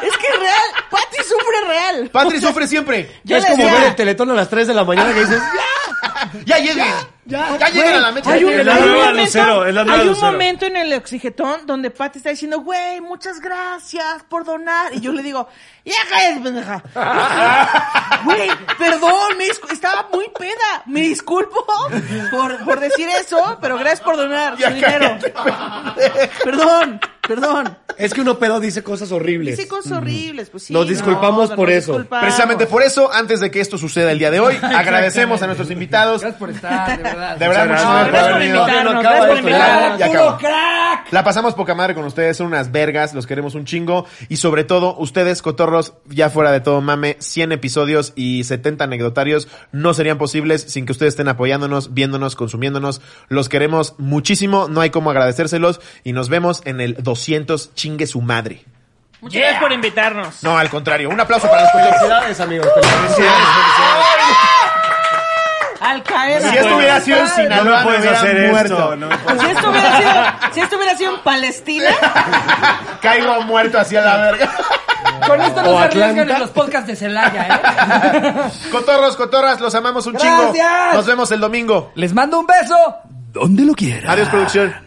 Speaker 7: Es que es real. Pati sufre real.
Speaker 1: Patty sufre siempre.
Speaker 7: Yo
Speaker 4: es
Speaker 7: le
Speaker 4: como
Speaker 7: decía-
Speaker 4: ver el teletón a las 3 de la mañana que dices, ¡ya!
Speaker 1: Ya lleguen. Ya, lleguen a la meta.
Speaker 4: hay un-
Speaker 3: Es la
Speaker 7: Hay un
Speaker 3: nueva
Speaker 7: momento-
Speaker 3: Lucero, es la nueva
Speaker 7: hay un
Speaker 3: Lucero.
Speaker 7: momento en el oxigetón donde Pati está diciendo, güey, muchas gracias por donar. Y yo le digo, ya cállate, pendeja. Güey, perdón, me discu- estaba muy peda. Me disculpo por, por decir eso, pero gracias por donar
Speaker 1: Ya
Speaker 7: su dinero.
Speaker 1: cállate,
Speaker 7: Perdón, perdón.
Speaker 4: Es que uno pedo dice cosas horribles.
Speaker 7: Hice cosas horribles, pues sí.
Speaker 4: Nos disculpamos por
Speaker 7: nos
Speaker 4: eso.
Speaker 7: disculpamos.
Speaker 1: Precisamente por eso, antes de que esto suceda el día de hoy, agradecemos a nuestros invitados.
Speaker 2: Gracias por estar, de verdad.
Speaker 1: De verdad,
Speaker 3: Muchas
Speaker 1: muchísimas
Speaker 3: gracias.
Speaker 7: No, gracias por
Speaker 1: venido.
Speaker 7: invitarnos,
Speaker 4: acaba
Speaker 7: gracias
Speaker 4: esto,
Speaker 7: por
Speaker 4: ya-
Speaker 7: invitarnos.
Speaker 1: ya acabó.
Speaker 2: crack!
Speaker 1: La pasamos poca madre con ustedes, son unas vergas, los queremos un chingo. Y sobre todo, ustedes, cotorros, ya fuera de todo mame, 100 episodios y 70 anecdotarios no serían posibles sin que ustedes estén apoyándonos, viéndonos, consumiéndonos. Los queremos muchísimo, no hay cómo agradecérselos. Y nos vemos en el 200 chingue su madre.
Speaker 7: Muchas gracias por invitarnos.
Speaker 1: No, al contrario, un aplauso para los cotorros.
Speaker 4: Felicidades, amigos. Felicidades.
Speaker 7: Al caer.
Speaker 1: Si esto hubiera sido en
Speaker 3: No
Speaker 1: Sinaloa,
Speaker 3: me
Speaker 1: no
Speaker 3: puedes hacer
Speaker 1: hubieran muerto.
Speaker 3: esto. No me puedes-
Speaker 7: Pues Si esto hubiera sido, si esto hubiera sido en Palestina,
Speaker 1: Caigo muerto hacia la verga.
Speaker 2: Con esto nos
Speaker 4: O
Speaker 2: arriesgan
Speaker 4: Atlanta.
Speaker 2: en los podcasts de Celaya, ¿eh?
Speaker 1: Cotorros, cotorras, los amamos un
Speaker 2: Gracias.
Speaker 1: chingo. Nos vemos el domingo.
Speaker 2: Les mando un beso. Donde lo quieran.
Speaker 1: Adiós, producción.